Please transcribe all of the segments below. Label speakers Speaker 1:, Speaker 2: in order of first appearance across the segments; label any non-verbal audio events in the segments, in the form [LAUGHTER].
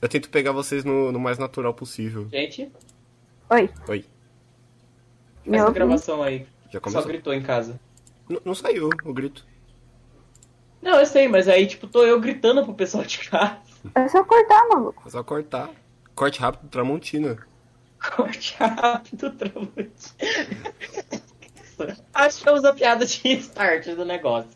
Speaker 1: Eu tento pegar vocês no, no mais natural possível.
Speaker 2: Gente,
Speaker 3: Oi.
Speaker 1: Oi.
Speaker 2: faz
Speaker 3: Meu-
Speaker 2: a gravação aí.
Speaker 1: Já
Speaker 2: Só
Speaker 1: começou?
Speaker 2: gritou em casa.
Speaker 1: N- Não saiu o grito.
Speaker 2: Não, eu sei, mas aí, tipo, tô eu gritando pro pessoal de [LAUGHS] casa.
Speaker 3: É só cortar, maluco.
Speaker 1: É só cortar. Corte rápido, Tramontina.
Speaker 2: Corte rápido, travante. Achamos a piada de start do negócio.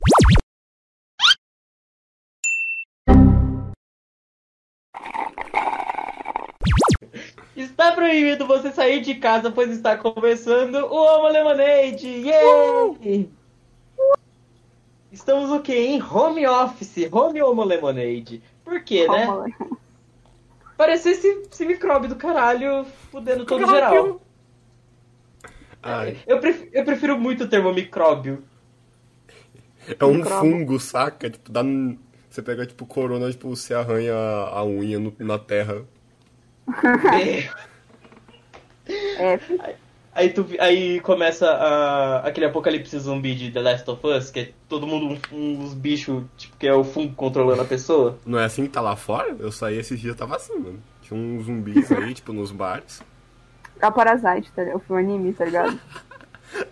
Speaker 2: Está proibido você sair de casa, pois está começando o Homo Lemonade! Yay! Estamos o quê? Em home office, home Homo Lemonade. Por quê, né?
Speaker 3: Calma, maluco.
Speaker 2: Parecia esse, esse micróbio do caralho fudendo todo geral.
Speaker 1: Ai,
Speaker 2: Eu, pref- eu prefiro muito o termo micróbio.
Speaker 3: [LAUGHS]
Speaker 1: é um
Speaker 3: Microbo.
Speaker 1: fungo, saca? Tipo, dá num- Você pega, tipo, corona, tipo, você arranha a a unha no- na terra.
Speaker 3: É,
Speaker 2: aí, tu, vi- aí começa a- aquele apocalipse zumbi de The Last of Us, que é todo mundo um- uns bichos, tipo, que é o fungo controlando a pessoa.
Speaker 1: Não é assim que tá lá fora? Eu saí esses dias, tava assim, mano. Tinha uns zumbis aí, [LAUGHS] tipo, nos bares.
Speaker 3: é o Parasite, tá ligado? O filme anime, tá
Speaker 1: [LAUGHS]
Speaker 3: ligado?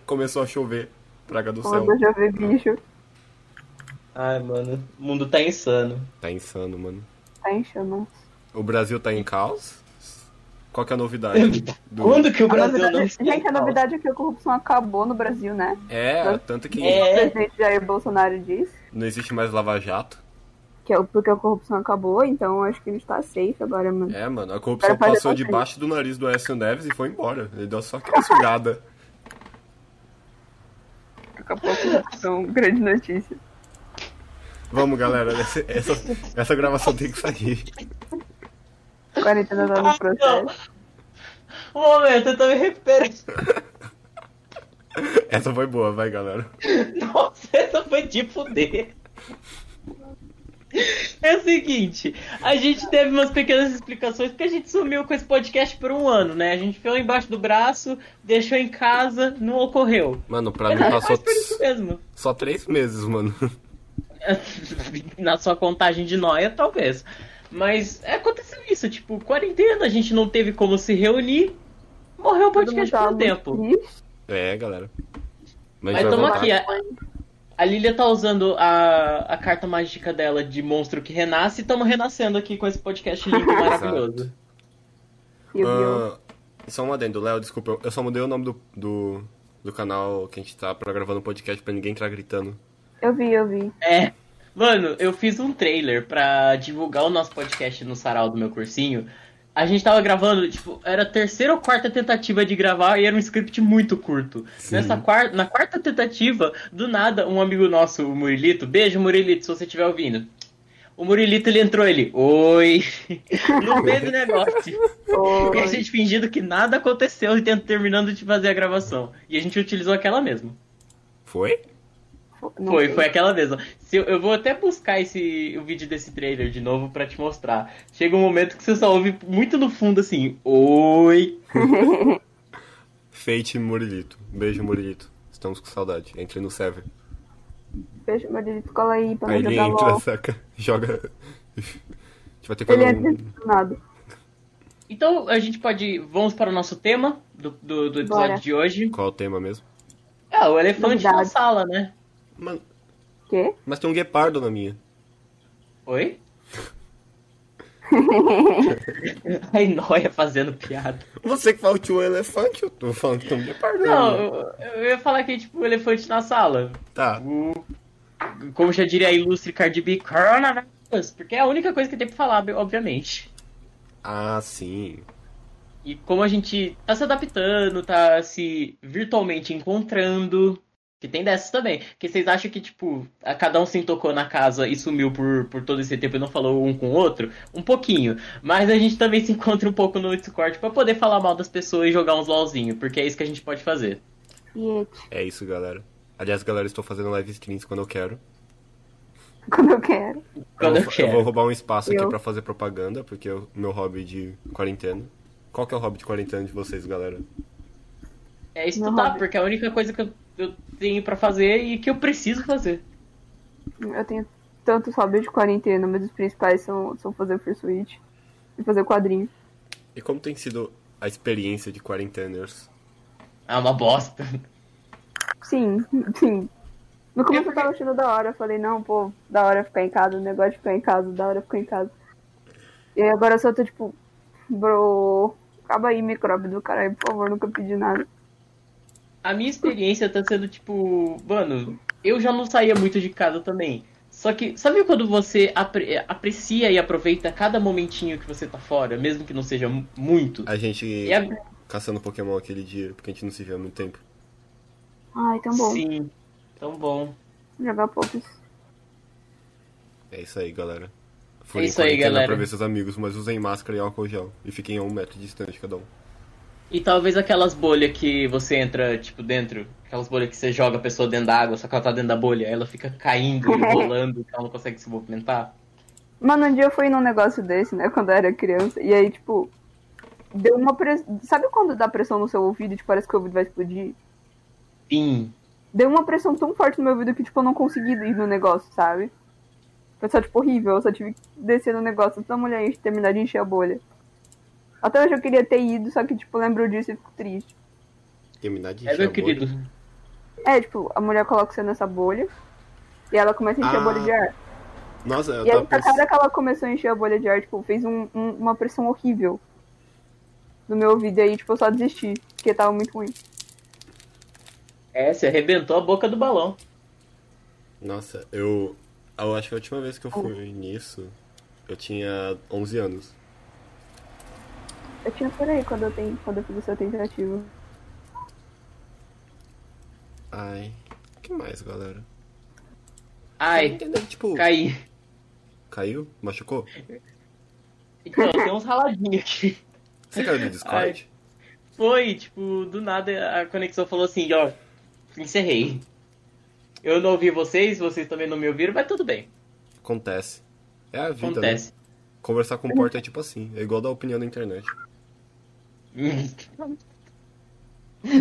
Speaker 1: Começou a chover. Praga do céu.
Speaker 3: Quando eu já vi bicho,
Speaker 2: Ai, mano, o mundo tá insano.
Speaker 1: Tá insano, mano.
Speaker 3: tá enchendo.
Speaker 1: O Brasil tá em caos? Qual que é a novidade? do-
Speaker 2: Quando que o
Speaker 3: A
Speaker 2: Brasil não
Speaker 3: novidade,
Speaker 2: está em
Speaker 3: gente, a
Speaker 2: caos?
Speaker 3: novidade é que a corrupção acabou no Brasil, né?
Speaker 1: É, tanto que
Speaker 2: É.
Speaker 3: O presidente Jair Bolsonaro diz
Speaker 1: não existe mais Lava Jato.
Speaker 3: que é porque a corrupção acabou, então acho que a gente tá safe agora, mano.
Speaker 1: É, mano, a corrupção
Speaker 3: Para fazer
Speaker 1: passou
Speaker 3: papel.
Speaker 1: debaixo do nariz do Aécio Neves e foi embora. Ele deu só aquela sugada.
Speaker 3: Acabou a corrupção, [LAUGHS] grande notícia.
Speaker 1: Vamos, galera, essa, essa- essa gravação tem que sair.
Speaker 3: Quarentena tá
Speaker 2: Ah,
Speaker 3: no processo.
Speaker 2: Um momento, eu tô me recuperando.
Speaker 1: Essa foi boa, vai, galera.
Speaker 2: [LAUGHS] Nossa, essa foi de fuder. É o seguinte, a gente teve umas pequenas explicações porque a gente sumiu com esse podcast por um ano, né? A gente ficou embaixo do braço, deixou em casa, não ocorreu.
Speaker 1: Mano, pra mim passou
Speaker 2: Mas por isso mesmo. [LAUGHS]
Speaker 1: só três meses, mano.
Speaker 2: Na sua contagem de noia, talvez. Mas é, aconteceu isso, tipo, quarentena, a gente não teve como se reunir, morreu o podcast por um
Speaker 3: tá
Speaker 2: tempo.
Speaker 1: É, galera. Mas
Speaker 2: Mas
Speaker 1: vai
Speaker 2: estamos
Speaker 1: voltar.
Speaker 2: aqui. A, a Lilia tá usando a, a carta mágica dela de monstro que renasce e estamos renascendo aqui com esse podcast lindo
Speaker 1: [LAUGHS]
Speaker 2: e maravilhoso.
Speaker 3: E o
Speaker 1: Ah, só um adendo, Léo, desculpa, eu- eu só mudei o nome do, do, do canal que a gente tá pra gravando o podcast pra ninguém entrar gritando.
Speaker 3: Eu vi, eu vi.
Speaker 2: É. Mano, eu fiz um trailer pra divulgar o nosso podcast no sarau do meu cursinho. A gente tava gravando, tipo, era a terceira ou quarta tentativa de gravar e era um script muito curto.
Speaker 1: Sim.
Speaker 2: Nessa quarta, na quarta tentativa, do nada, um amigo nosso, o Murilito, beijo Murilito, se você estiver ouvindo. O Murilito ele entrou ele, oi, [LAUGHS] no meio do negócio. E a
Speaker 3: Oi.
Speaker 2: gente fingindo que nada aconteceu e tent- terminando de fazer a gravação. E a gente utilizou aquela mesma.
Speaker 1: Foi?
Speaker 3: Não
Speaker 2: foi,
Speaker 3: sei.
Speaker 2: foi aquela mesma. Se eu, eu vou até buscar esse, o vídeo desse trailer de novo pra te mostrar. Chega um momento que você só ouve muito no fundo assim, oi.
Speaker 1: Fate Murilito. Beijo, Murilito. Estamos com saudade. Entre no server.
Speaker 3: Beijo, meu delito, cola aí pra
Speaker 1: Aí
Speaker 3: não
Speaker 1: ele
Speaker 2: tá
Speaker 3: jogar
Speaker 1: entra, assim,
Speaker 3: LOL.
Speaker 1: saca? Joga. [LAUGHS] A gente vai ter que
Speaker 3: Ele é
Speaker 1: fazer
Speaker 3: entra
Speaker 1: um.
Speaker 3: do nada.
Speaker 2: Então a gente pode. Vamos para o nosso tema do, do, do episódio
Speaker 3: Bora.
Speaker 2: de hoje.
Speaker 1: Qual é o tema mesmo?
Speaker 2: Ah, o elefante na
Speaker 3: Novidade.
Speaker 2: sala, né?
Speaker 1: Mano,
Speaker 3: Quê?
Speaker 1: mas tem um guepardo na minha.
Speaker 2: Oi? [LAUGHS] Ai, nóia fazendo piada.
Speaker 1: Você que fala que o elefante, eu tô falando que tem um guepardo na
Speaker 2: Não,
Speaker 1: minha.
Speaker 2: eu, eu ia falar que tipo o elefante na sala.
Speaker 1: Tá.
Speaker 2: Tipo, como já diria a ilustre Cardi B, coronavírus, porque é a única coisa que tem pra falar, obviamente.
Speaker 1: Ah, sim.
Speaker 2: E como a gente tá se adaptando, tá se virtualmente encontrando, que tem dessas também. Que vocês acham que, tipo, a cada um se tocou na casa e sumiu por, por todo esse tempo e não falou um com o outro? Um pouquinho. Mas a gente também se encontra um pouco no Discord pra poder falar mal das pessoas e jogar uns LOLzinho, porque é isso que a gente pode fazer.
Speaker 3: Yeti.
Speaker 1: É isso, galera. Aliás, galera, eu estou fazendo live streams quando eu quero.
Speaker 3: Quando eu quero.
Speaker 2: Quando eu
Speaker 1: vou, vou
Speaker 2: quero.
Speaker 1: roubar um espaço aqui
Speaker 3: Eu.
Speaker 1: pra fazer propaganda, porque é o meu hobby de quarentena. Qual que é o hobby de quarentena de vocês, galera?
Speaker 2: É
Speaker 3: Meu
Speaker 2: estudar,
Speaker 3: hobby.
Speaker 2: porque é a única coisa que eu, eu tenho pra fazer e que eu preciso fazer.
Speaker 3: Eu tenho tantos hobbies de quarentena, mas os principais são, são fazer free switch. de fazer o quadrinho.
Speaker 1: E como tem sido a experiência de quarenteners?
Speaker 2: Ah, uma bosta.
Speaker 3: Sim, [LAUGHS] sim. No começo eu tava achando da hora, eu falei, não, pô, da hora ficar em casa, o negócio de ficar em casa, da hora ficar em casa. E aí agora eu só tô tipo, bro, acaba aí, micróbio do caralho, por favor, nunca pedi nada.
Speaker 2: A minha experiência tá sendo tipo, mano, eu já não saía muito de casa também. Só que, sabe quando você apre- aprecia e aproveita cada momentinho que você tá fora, mesmo que não seja mu- muito?
Speaker 1: A gente
Speaker 2: E é a...
Speaker 1: caçando Pokémon aquele dia, porque a gente não se vê há muito tempo.
Speaker 3: Ai, tão bom.
Speaker 2: Sim, tão bom.
Speaker 3: Jogar poucos.
Speaker 1: É isso aí, galera. Foi
Speaker 2: É isso aí, galera.
Speaker 1: pra ver seus amigos, mas usem máscara e álcool gel. E fiquem a um metro de distante cada um.
Speaker 2: E talvez aquelas bolhas que você entra, tipo, dentro. Aquelas bolhas que você joga a pessoa dentro da água, só que ela tá dentro da bolha, aí ela fica caindo
Speaker 3: [LAUGHS]
Speaker 2: e rolando, ela não consegue se movimentar.
Speaker 3: Mano, um dia eu fui num negócio desse, né, quando eu era criança, e aí, tipo, deu uma pressão. Sabe quando dá pressão no seu ouvido e tipo, parece que o ouvido vai explodir?
Speaker 2: Sim.
Speaker 3: Deu uma pressão tão forte no meu ouvido que, tipo, eu não consegui ir no negócio, sabe? Foi só, tipo, horrível, eu só tive que descer no negócio até a mulher enche- terminar de encher a bolha. Até hoje eu queria ter ido, só que, tipo, lembro disso e fico triste.
Speaker 1: Terminar de
Speaker 2: É,
Speaker 1: encher a
Speaker 2: meu
Speaker 1: bolha.
Speaker 2: querido.
Speaker 3: É, tipo, a mulher coloca você nessa bolha e ela começa a encher a
Speaker 1: Ah,
Speaker 3: bolha de ar.
Speaker 1: Nossa, eu
Speaker 3: E aí,
Speaker 1: tava
Speaker 3: tá a
Speaker 1: pensando.
Speaker 3: cara que ela começou a encher a bolha de ar, tipo, fez um- um- uma pressão horrível no meu ouvido. E aí, tipo, eu só desisti, porque tava muito ruim.
Speaker 2: É, você arrebentou a boca do balão.
Speaker 1: Nossa, eu. Eu acho que a última vez que eu fui nisso, eu tinha 11 anos.
Speaker 3: Eu tinha por aí quando eu, tenho, quando eu fiz essa tentativa.
Speaker 1: Ai. O que mais, galera?
Speaker 2: Ai,
Speaker 1: Entendeu? Tipo,
Speaker 2: caí.
Speaker 1: caiu? Machucou?
Speaker 2: Então, tem uns raladinhos aqui.
Speaker 1: Você caiu do Discord?
Speaker 2: Foi, tipo, do nada a conexão falou assim, ó, encerrei. Eu não ouvi vocês, vocês também não me ouviram, mas tudo bem.
Speaker 1: Acontece. É a vida, né?
Speaker 2: Acontece. [LAUGHS]
Speaker 1: Conversar com porta é tipo assim, é igual dar opinião na internet.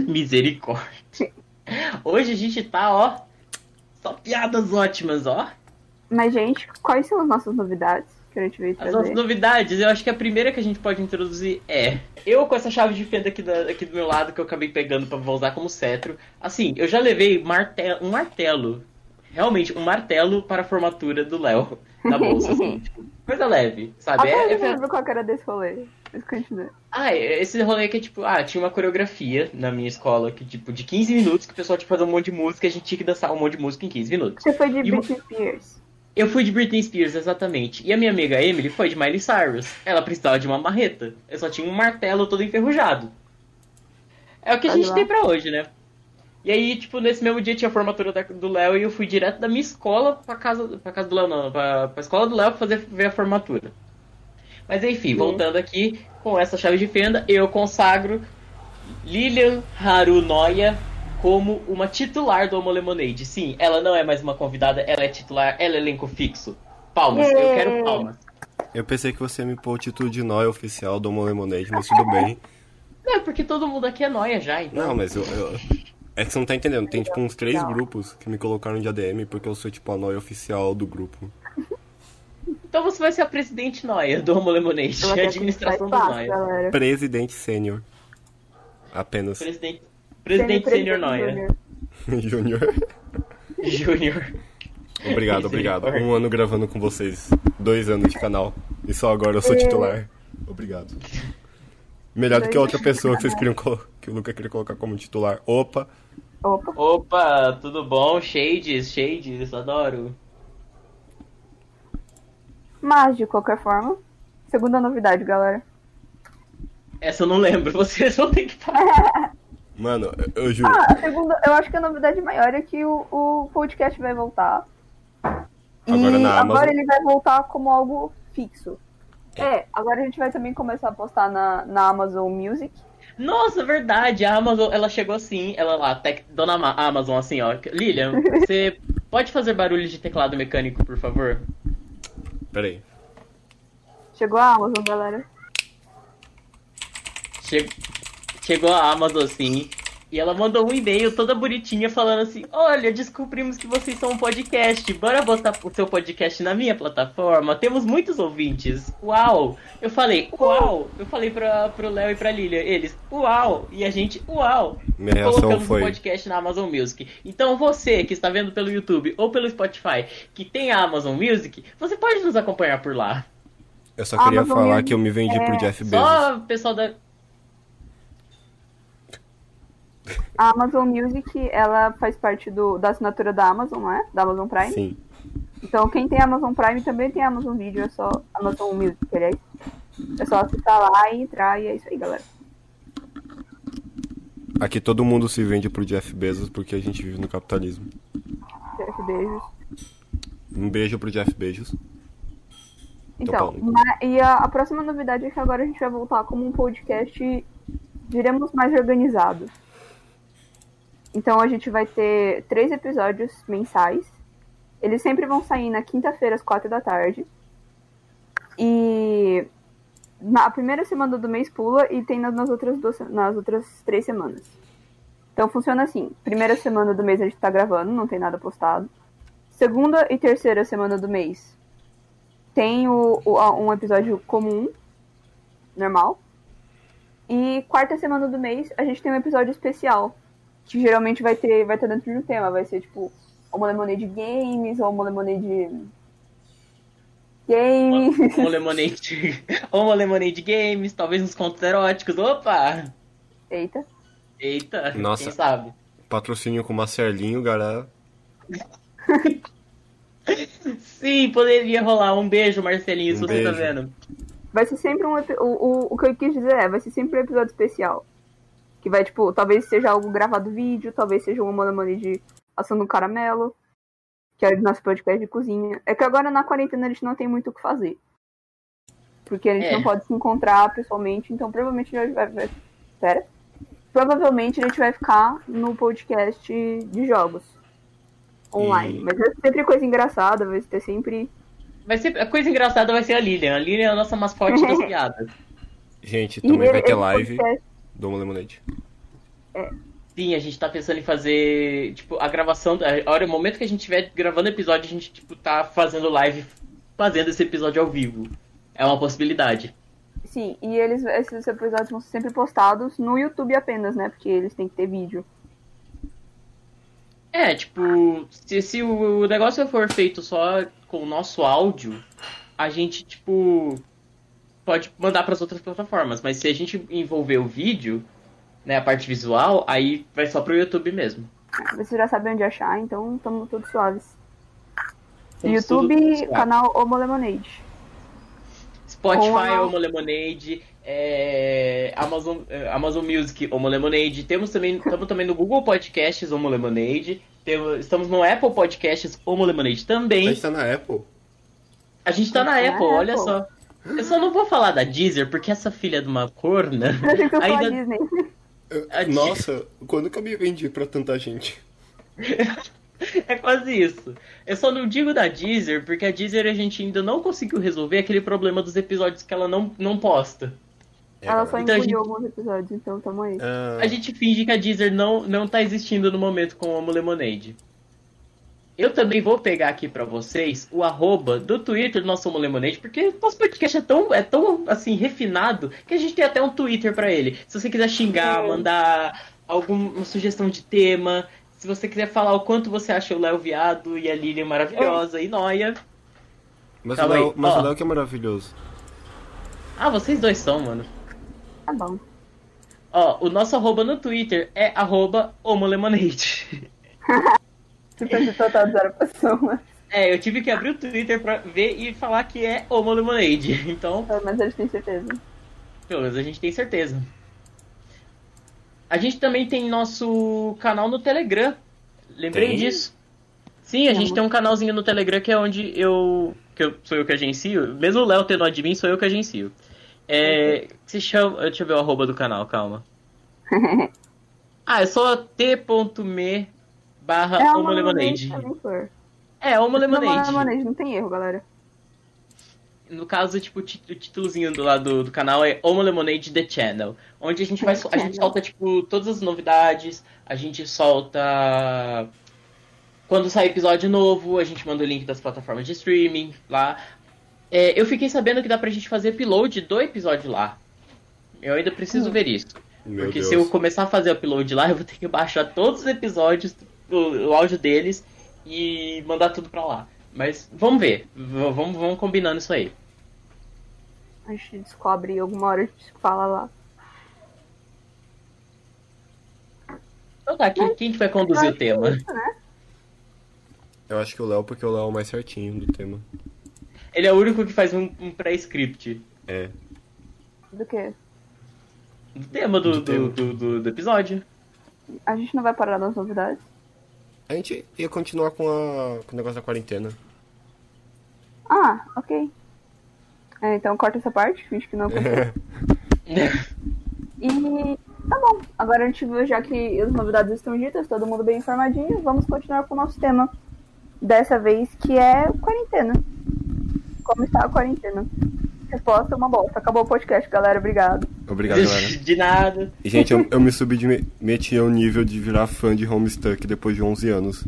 Speaker 2: Misericórdia. Hoje a gente tá, ó. Só piadas ótimas, ó.
Speaker 3: Mas, gente, quais são as nossas novidades que a gente veio
Speaker 2: As
Speaker 3: trazer?
Speaker 2: nossas novidades, eu acho que a primeira que a gente pode introduzir é. Eu com essa chave de fenda aqui, da- aqui do meu lado que eu acabei pegando pra vou usar como cetro. Assim, eu já levei marte- um martelo. Realmente, um martelo para a formatura do Léo na bolsa, assim, tipo, coisa leve, sabe?
Speaker 3: Até
Speaker 2: É-
Speaker 3: hoje
Speaker 2: é
Speaker 3: eu não lembro qual que era desse rolê. Mas continua.
Speaker 2: Ah, é- esse rolê que é tipo, ah, tinha uma coreografia na minha escola que, tipo, de 15 minutos que o pessoal tinha que fazer um monte de música e a gente tinha que dançar um monte de música em 15 minutos.
Speaker 3: Você foi de
Speaker 2: E
Speaker 3: Britney Spears.
Speaker 2: Eu fui de Britney Spears, exatamente. E a minha amiga Emily foi de Miley Cyrus. Ela precisava de uma marreta. Eu só tinha um martelo todo enferrujado. É o que a
Speaker 3: Olha
Speaker 2: gente
Speaker 3: lá.
Speaker 2: tem pra hoje, né? E aí, tipo, nesse mesmo dia tinha a formatura da- do Léo e eu fui direto da minha escola pra casa, pra casa do Léo, não, pra, pra escola do Léo pra fazer, ver a formatura. Mas enfim,
Speaker 3: Hum.
Speaker 2: voltando aqui, com essa chave de fenda, eu consagro Lilian Harunoya como uma titular do Homo Lemonade. Sim, ela não é mais uma convidada, ela é titular, ela é elenco fixo. Palmas, eu
Speaker 3: Yay!
Speaker 2: quero palmas.
Speaker 1: Eu pensei que você ia me pôr o título de nóia oficial do Homo Lemonade, mas tudo bem.
Speaker 2: Não, é porque todo mundo aqui é noia já, então.
Speaker 1: Não, mas eu, eu- É que você não tá entendendo. Tem tipo uns três grupos que me colocaram de ADM porque eu sou tipo a nóia oficial do grupo.
Speaker 2: Então você vai ser a presidente noia do Homo Lemonade, [LAUGHS]
Speaker 3: Ela
Speaker 2: a
Speaker 3: quer
Speaker 2: administração do
Speaker 3: conquistar espaço,
Speaker 2: noia.
Speaker 3: galera.
Speaker 1: Presidente sênior. Apenas.
Speaker 2: Presidente, presidente sênior noia.
Speaker 3: júnior.
Speaker 1: [LAUGHS] Júnior.
Speaker 2: Júnior.
Speaker 1: Obrigado, obrigado. Um ano gravando com vocês. Dois anos de canal. E só agora eu
Speaker 3: É.
Speaker 1: sou titular. Obrigado. Melhor do que a outra pessoa que vocês queriam colo- que o Luca queria colocar como titular. Opa,
Speaker 3: Opa,
Speaker 2: [LAUGHS] Opa, tudo bom? Shades, Shades, adoro.
Speaker 3: mas de qualquer forma, segunda novidade, galera.
Speaker 2: Essa eu não lembro, [LAUGHS] vocês vão ter que falar.
Speaker 1: mano, eu, eu juro.
Speaker 3: Ah, a segunda, eu acho que a novidade maior é que o, o podcast vai voltar.
Speaker 1: Agora
Speaker 3: e
Speaker 1: na Amazon.
Speaker 3: hum, agora ele vai voltar como algo fixo. É, agora a gente vai também começar a postar na, na Amazon Music.
Speaker 2: Nossa, é verdade, a Amazon, ela chegou assim, ela lá, tec- dona Ma- Amazon, assim, ó. Lilian, você pode fazer barulho de teclado mecânico, por favor?
Speaker 1: Peraí.
Speaker 3: Chegou a Amazon, galera.
Speaker 2: Che- Chegou a Amazon, assim, E ela mandou um e-mail toda bonitinha falando assim: Olha, descobrimos que vocês são um podcast. Bora botar o seu podcast na minha plataforma. Temos muitos ouvintes. Uau! Eu falei, uau! Eu falei pra, pro Léo e pra Lilia. Eles, uau! E a gente, uau!
Speaker 1: Minha reação
Speaker 2: Colocamos
Speaker 1: foi-
Speaker 2: um podcast na Amazon Music. Então você que está vendo pelo YouTube ou pelo Spotify que tem a Amazon Music, você pode nos acompanhar por lá.
Speaker 1: Eu só queria
Speaker 3: Amazon
Speaker 1: falar
Speaker 3: Music É.
Speaker 1: que eu me vendi pro Jeff Bezos.
Speaker 2: Só o pessoal da.
Speaker 3: A Amazon Music, ela faz parte do, da assinatura da Amazon, não é? Da Amazon Prime.
Speaker 1: Sim.
Speaker 3: Então quem tem Amazon Prime também tem Amazon Video, é só Amazon Music, aliás. É só acessar lá e entrar e é isso aí, galera.
Speaker 1: Aqui todo mundo se vende pro Jeff Bezos porque a gente vive no capitalismo.
Speaker 3: Jeff Bezos.
Speaker 1: Um beijo pro Jeff Bezos.
Speaker 3: Então,
Speaker 1: bom.
Speaker 3: ma- e a, a próxima novidade é que agora a gente vai voltar como um podcast, diremos, mais organizado. Então a gente vai ter três episódios mensais. Eles sempre vão sair na quinta-feira, às quatro da tarde. E na a primeira semana do mês pula e tem nas, nas outras duas, se- nas outras três semanas. Então funciona assim: primeira semana do mês a gente tá gravando, não tem nada postado. Segunda e terceira semana do mês tem o, o- a- um episódio comum, normal. E quarta semana do mês a gente tem um episódio especial. Que geralmente vai ter, vai ter dentro de um tema. Vai ser tipo uma Lemonade Games ou uma Lemonade. Games.
Speaker 2: Homo [LAUGHS] Lemonade, Homo Lemonade Games, talvez uns contos eróticos. Opa!
Speaker 3: [LAUGHS] Eita.
Speaker 2: Eita,
Speaker 1: Nossa.
Speaker 2: quem sabe?
Speaker 1: Patrocínio com o Marcelinho, galera.
Speaker 2: Sim, poderia rolar. Um beijo, Marcelinho, se
Speaker 1: Um
Speaker 2: você tá
Speaker 1: beijo.
Speaker 2: vendo.
Speaker 3: Vai ser sempre um. epi- O, o, o que eu quis dizer é: vai ser sempre um episódio especial. Que vai, tipo, talvez seja algo gravado vídeo, talvez seja uma Lemonade de ação do caramelo, que é o nosso podcast de cozinha. É que agora na quarentena a gente não tem muito o que fazer. Porque a gente
Speaker 2: É.
Speaker 3: não pode se encontrar pessoalmente, então provavelmente a gente vai. vai- Pera. Provavelmente a gente vai ficar no podcast de jogos online.
Speaker 1: E-
Speaker 3: Mas vai ser sempre coisa engraçada, vai ter sempre.
Speaker 2: Vai ser, a coisa engraçada vai ser a Lilian. A Lilian é a nossa mascote das piadas.
Speaker 1: Gente,
Speaker 3: E
Speaker 1: também vai
Speaker 3: esse
Speaker 1: ter live
Speaker 3: podcast-
Speaker 1: do Homo Lemonade.
Speaker 2: Sim, a gente tá pensando em fazer, tipo, a gravação. A hora, o momento que a gente estiver gravando episódio, a gente, tipo, tá fazendo live, fazendo esse episódio ao vivo. É uma possibilidade.
Speaker 3: Sim, e eles, esses episódios vão ser sempre postados no YouTube apenas, né? Porque eles têm que ter vídeo.
Speaker 2: É, tipo, se, se o negócio for feito só com o nosso áudio, a gente, tipo, pode mandar pras outras plataformas. Mas se a gente envolver o vídeo, né, a parte visual, aí vai só pro YouTube mesmo.
Speaker 3: Vocês já sabem onde achar, então estamos todos suaves.
Speaker 2: Estamos
Speaker 3: YouTube,
Speaker 2: todos suaves.
Speaker 3: canal Homo Lemonade.
Speaker 2: Spotify,
Speaker 3: Ou-
Speaker 2: Homo Lemonade, é, Amazon, é, Amazon Music, Homo Lemonade. Temos também, estamos também no Google Podcasts, Homo Lemonade. Temos, estamos no Apple Podcasts, Homo Lemonade
Speaker 1: A
Speaker 2: também.
Speaker 1: gente tá na Apple.
Speaker 2: A gente tá na
Speaker 3: Ah,
Speaker 2: Apple, olha
Speaker 3: Apple.
Speaker 2: só. Eu só não vou falar da Deezer, porque essa filha de uma corna...
Speaker 3: [LAUGHS] Eu achei que eu falar
Speaker 2: ainda-
Speaker 3: Disney.
Speaker 1: Eu-
Speaker 2: É, A gente-
Speaker 1: Nossa, quando que eu me vendi pra tanta gente?
Speaker 2: [LAUGHS] É quase isso. Eu só não digo da Deezer, porque a Deezer a gente ainda não conseguiu resolver aquele problema dos episódios que ela não, não posta.
Speaker 1: É,
Speaker 3: Ela
Speaker 1: galera.
Speaker 3: só
Speaker 2: Então a
Speaker 3: incluiu
Speaker 2: gente- É.
Speaker 3: alguns episódios, então tamo aí.
Speaker 1: Ah,
Speaker 2: A gente finge que a Deezer não, não tá existindo no momento com o Homo Lemonade. Eu também vou pegar aqui pra vocês o arroba do Twitter do nosso Homo Lemonade, porque nosso podcast é tão, é tão assim, refinado que a gente tem até um Twitter pra ele. Se você quiser xingar,
Speaker 3: Sim.
Speaker 2: mandar alguma sugestão de tema, se você quiser falar o quanto você acha o Léo viado e a Lilian maravilhosa e noia.
Speaker 1: Mas o
Speaker 2: calma
Speaker 1: Léo-
Speaker 2: aí,
Speaker 1: mas
Speaker 2: ó.
Speaker 1: o Léo que é maravilhoso.
Speaker 2: Ah, vocês dois são, mano.
Speaker 3: Tá bom.
Speaker 2: Ó, o nosso arroba no Twitter é arroba [LAUGHS] homolemonade.
Speaker 3: Super de total desarpação,
Speaker 2: É, eu tive que abrir o Twitter pra ver e falar que é Homo Lemonade. [LAUGHS] Então,
Speaker 3: É, mas eles têm certeza.
Speaker 2: pelo menos a gente tem certeza. A gente também tem nosso canal no Telegram. Lembrei
Speaker 1: Tem?
Speaker 2: disso. Sim, a
Speaker 3: Tem.
Speaker 2: gente tem um canalzinho no Telegram que é onde eu. que eu- sou eu que agencio. Mesmo o Léo tendo admin, sou eu que agencio. É. que Se chama. Deixa eu ver o arroba do canal,
Speaker 3: [LAUGHS]
Speaker 2: calma. Ah, é só t.me
Speaker 3: é
Speaker 2: barra
Speaker 3: uma
Speaker 2: Homo Lemonade.
Speaker 3: também, por.
Speaker 2: É, Homo
Speaker 3: Homo
Speaker 2: Lemonade.
Speaker 3: Lemonade, não tem erro, galera.
Speaker 2: No caso, tipo, o tit- o títulozinho do lado do, do canal é Homo Lemonade The Channel. Onde a gente faz. A gente solta, tipo, todas as novidades, a gente solta. Quando sai episódio novo, a gente manda o link das plataformas de streaming lá. É, eu fiquei sabendo que dá pra gente fazer upload do episódio lá. Eu ainda preciso ver isso.
Speaker 1: Meu
Speaker 2: Porque
Speaker 1: Deus.
Speaker 2: se eu começar a fazer upload lá, eu vou ter que baixar todos os episódios, o, o áudio deles e mandar tudo pra lá. Mas vamos ver. V- vamos, vamos combinando isso aí.
Speaker 3: A gente descobre alguma hora a gente fala lá.
Speaker 2: Então tá, quem, quem que vai conduzir o tema?
Speaker 3: Isso, né?
Speaker 1: Eu acho que o Léo, porque o Léo é o mais certinho do tema.
Speaker 2: Ele é o único que faz um, um pré-script
Speaker 1: É.
Speaker 3: Do que?
Speaker 2: do tema do,
Speaker 1: Do
Speaker 2: do,
Speaker 1: tema.
Speaker 2: do, do- do episódio.
Speaker 3: A gente não vai parar nas novidades?
Speaker 1: A gente ia continuar com, a, com o negócio da quarentena. [LAUGHS]
Speaker 3: Ah, ok. É, então corta essa parte, finge que não
Speaker 1: É.
Speaker 3: aconteceu. E tá bom. Agora a gente viu já que as novidades estão ditas, todo mundo bem informadinho, vamos continuar com o nosso tema. Dessa vez que é quarentena. Como está a quarentena? Resposta é uma bosta. Acabou o podcast, galera. Obrigado.
Speaker 1: Obrigado, galera.
Speaker 2: [LAUGHS] de nada.
Speaker 1: E, Gente, eu, eu me submeti ao nível de virar fã de Homestuck depois de 11 anos.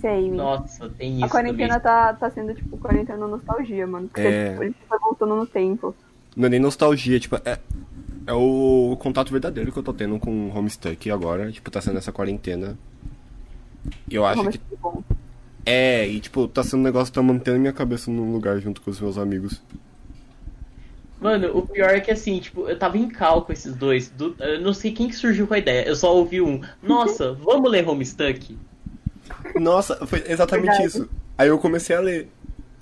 Speaker 3: Sei.
Speaker 2: Nossa, tem isso.
Speaker 3: a quarentena tá, tá sendo tipo quarentena nostalgia, mano. Porque
Speaker 1: É.
Speaker 3: tipo, a gente tá voltando no tempo.
Speaker 1: Não é nem nostalgia, tipo, é, é o contato verdadeiro que eu tô tendo com Homestuck agora. Tipo, tá sendo essa quarentena. E eu acho
Speaker 3: Como
Speaker 1: que.
Speaker 3: é que é bom.
Speaker 1: É, e tipo, tá sendo um negócio que tá mantendo minha cabeça num lugar junto com os meus amigos.
Speaker 2: Mano, o pior é que assim, tipo, eu tava em cal com esses dois. do- eu não sei quem que surgiu com a ideia. Eu só ouvi um. Nossa, [LAUGHS] vamos ler Homestuck?
Speaker 1: Nossa, foi exatamente
Speaker 3: Verdade.
Speaker 1: isso. Aí eu comecei a ler.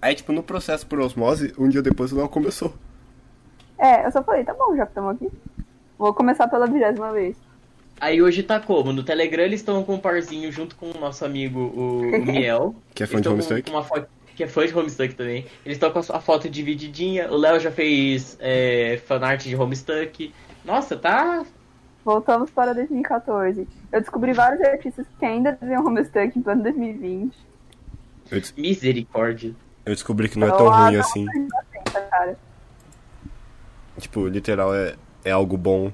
Speaker 1: Aí, tipo, no processo por osmose, um dia depois o Léo começou.
Speaker 3: É, eu só falei, tá bom, já que estamos aqui. Vou começar pela vigésima vez.
Speaker 2: Aí hoje tá como? No Telegram eles estão com um parzinho junto com o nosso amigo, o, o Miel.
Speaker 1: Que é fã de
Speaker 2: Eles tão com
Speaker 1: Homestuck.
Speaker 2: Uma foto, que é fã de Homestuck também. Eles estão com a sua foto divididinha. O Léo já fez é, fanart de Homestuck. Nossa, tá.
Speaker 3: Voltamos para 2014. Eu descobri vários artistas que ainda desenham homestuck em plano 2020.
Speaker 1: Eu, des-
Speaker 2: Misericórdia.
Speaker 1: eu descobri que não é
Speaker 3: Então,
Speaker 1: tão
Speaker 3: ah,
Speaker 1: ruim
Speaker 3: não,
Speaker 1: assim.
Speaker 3: inocência, cara.
Speaker 1: Tipo, literal, é, é algo bom.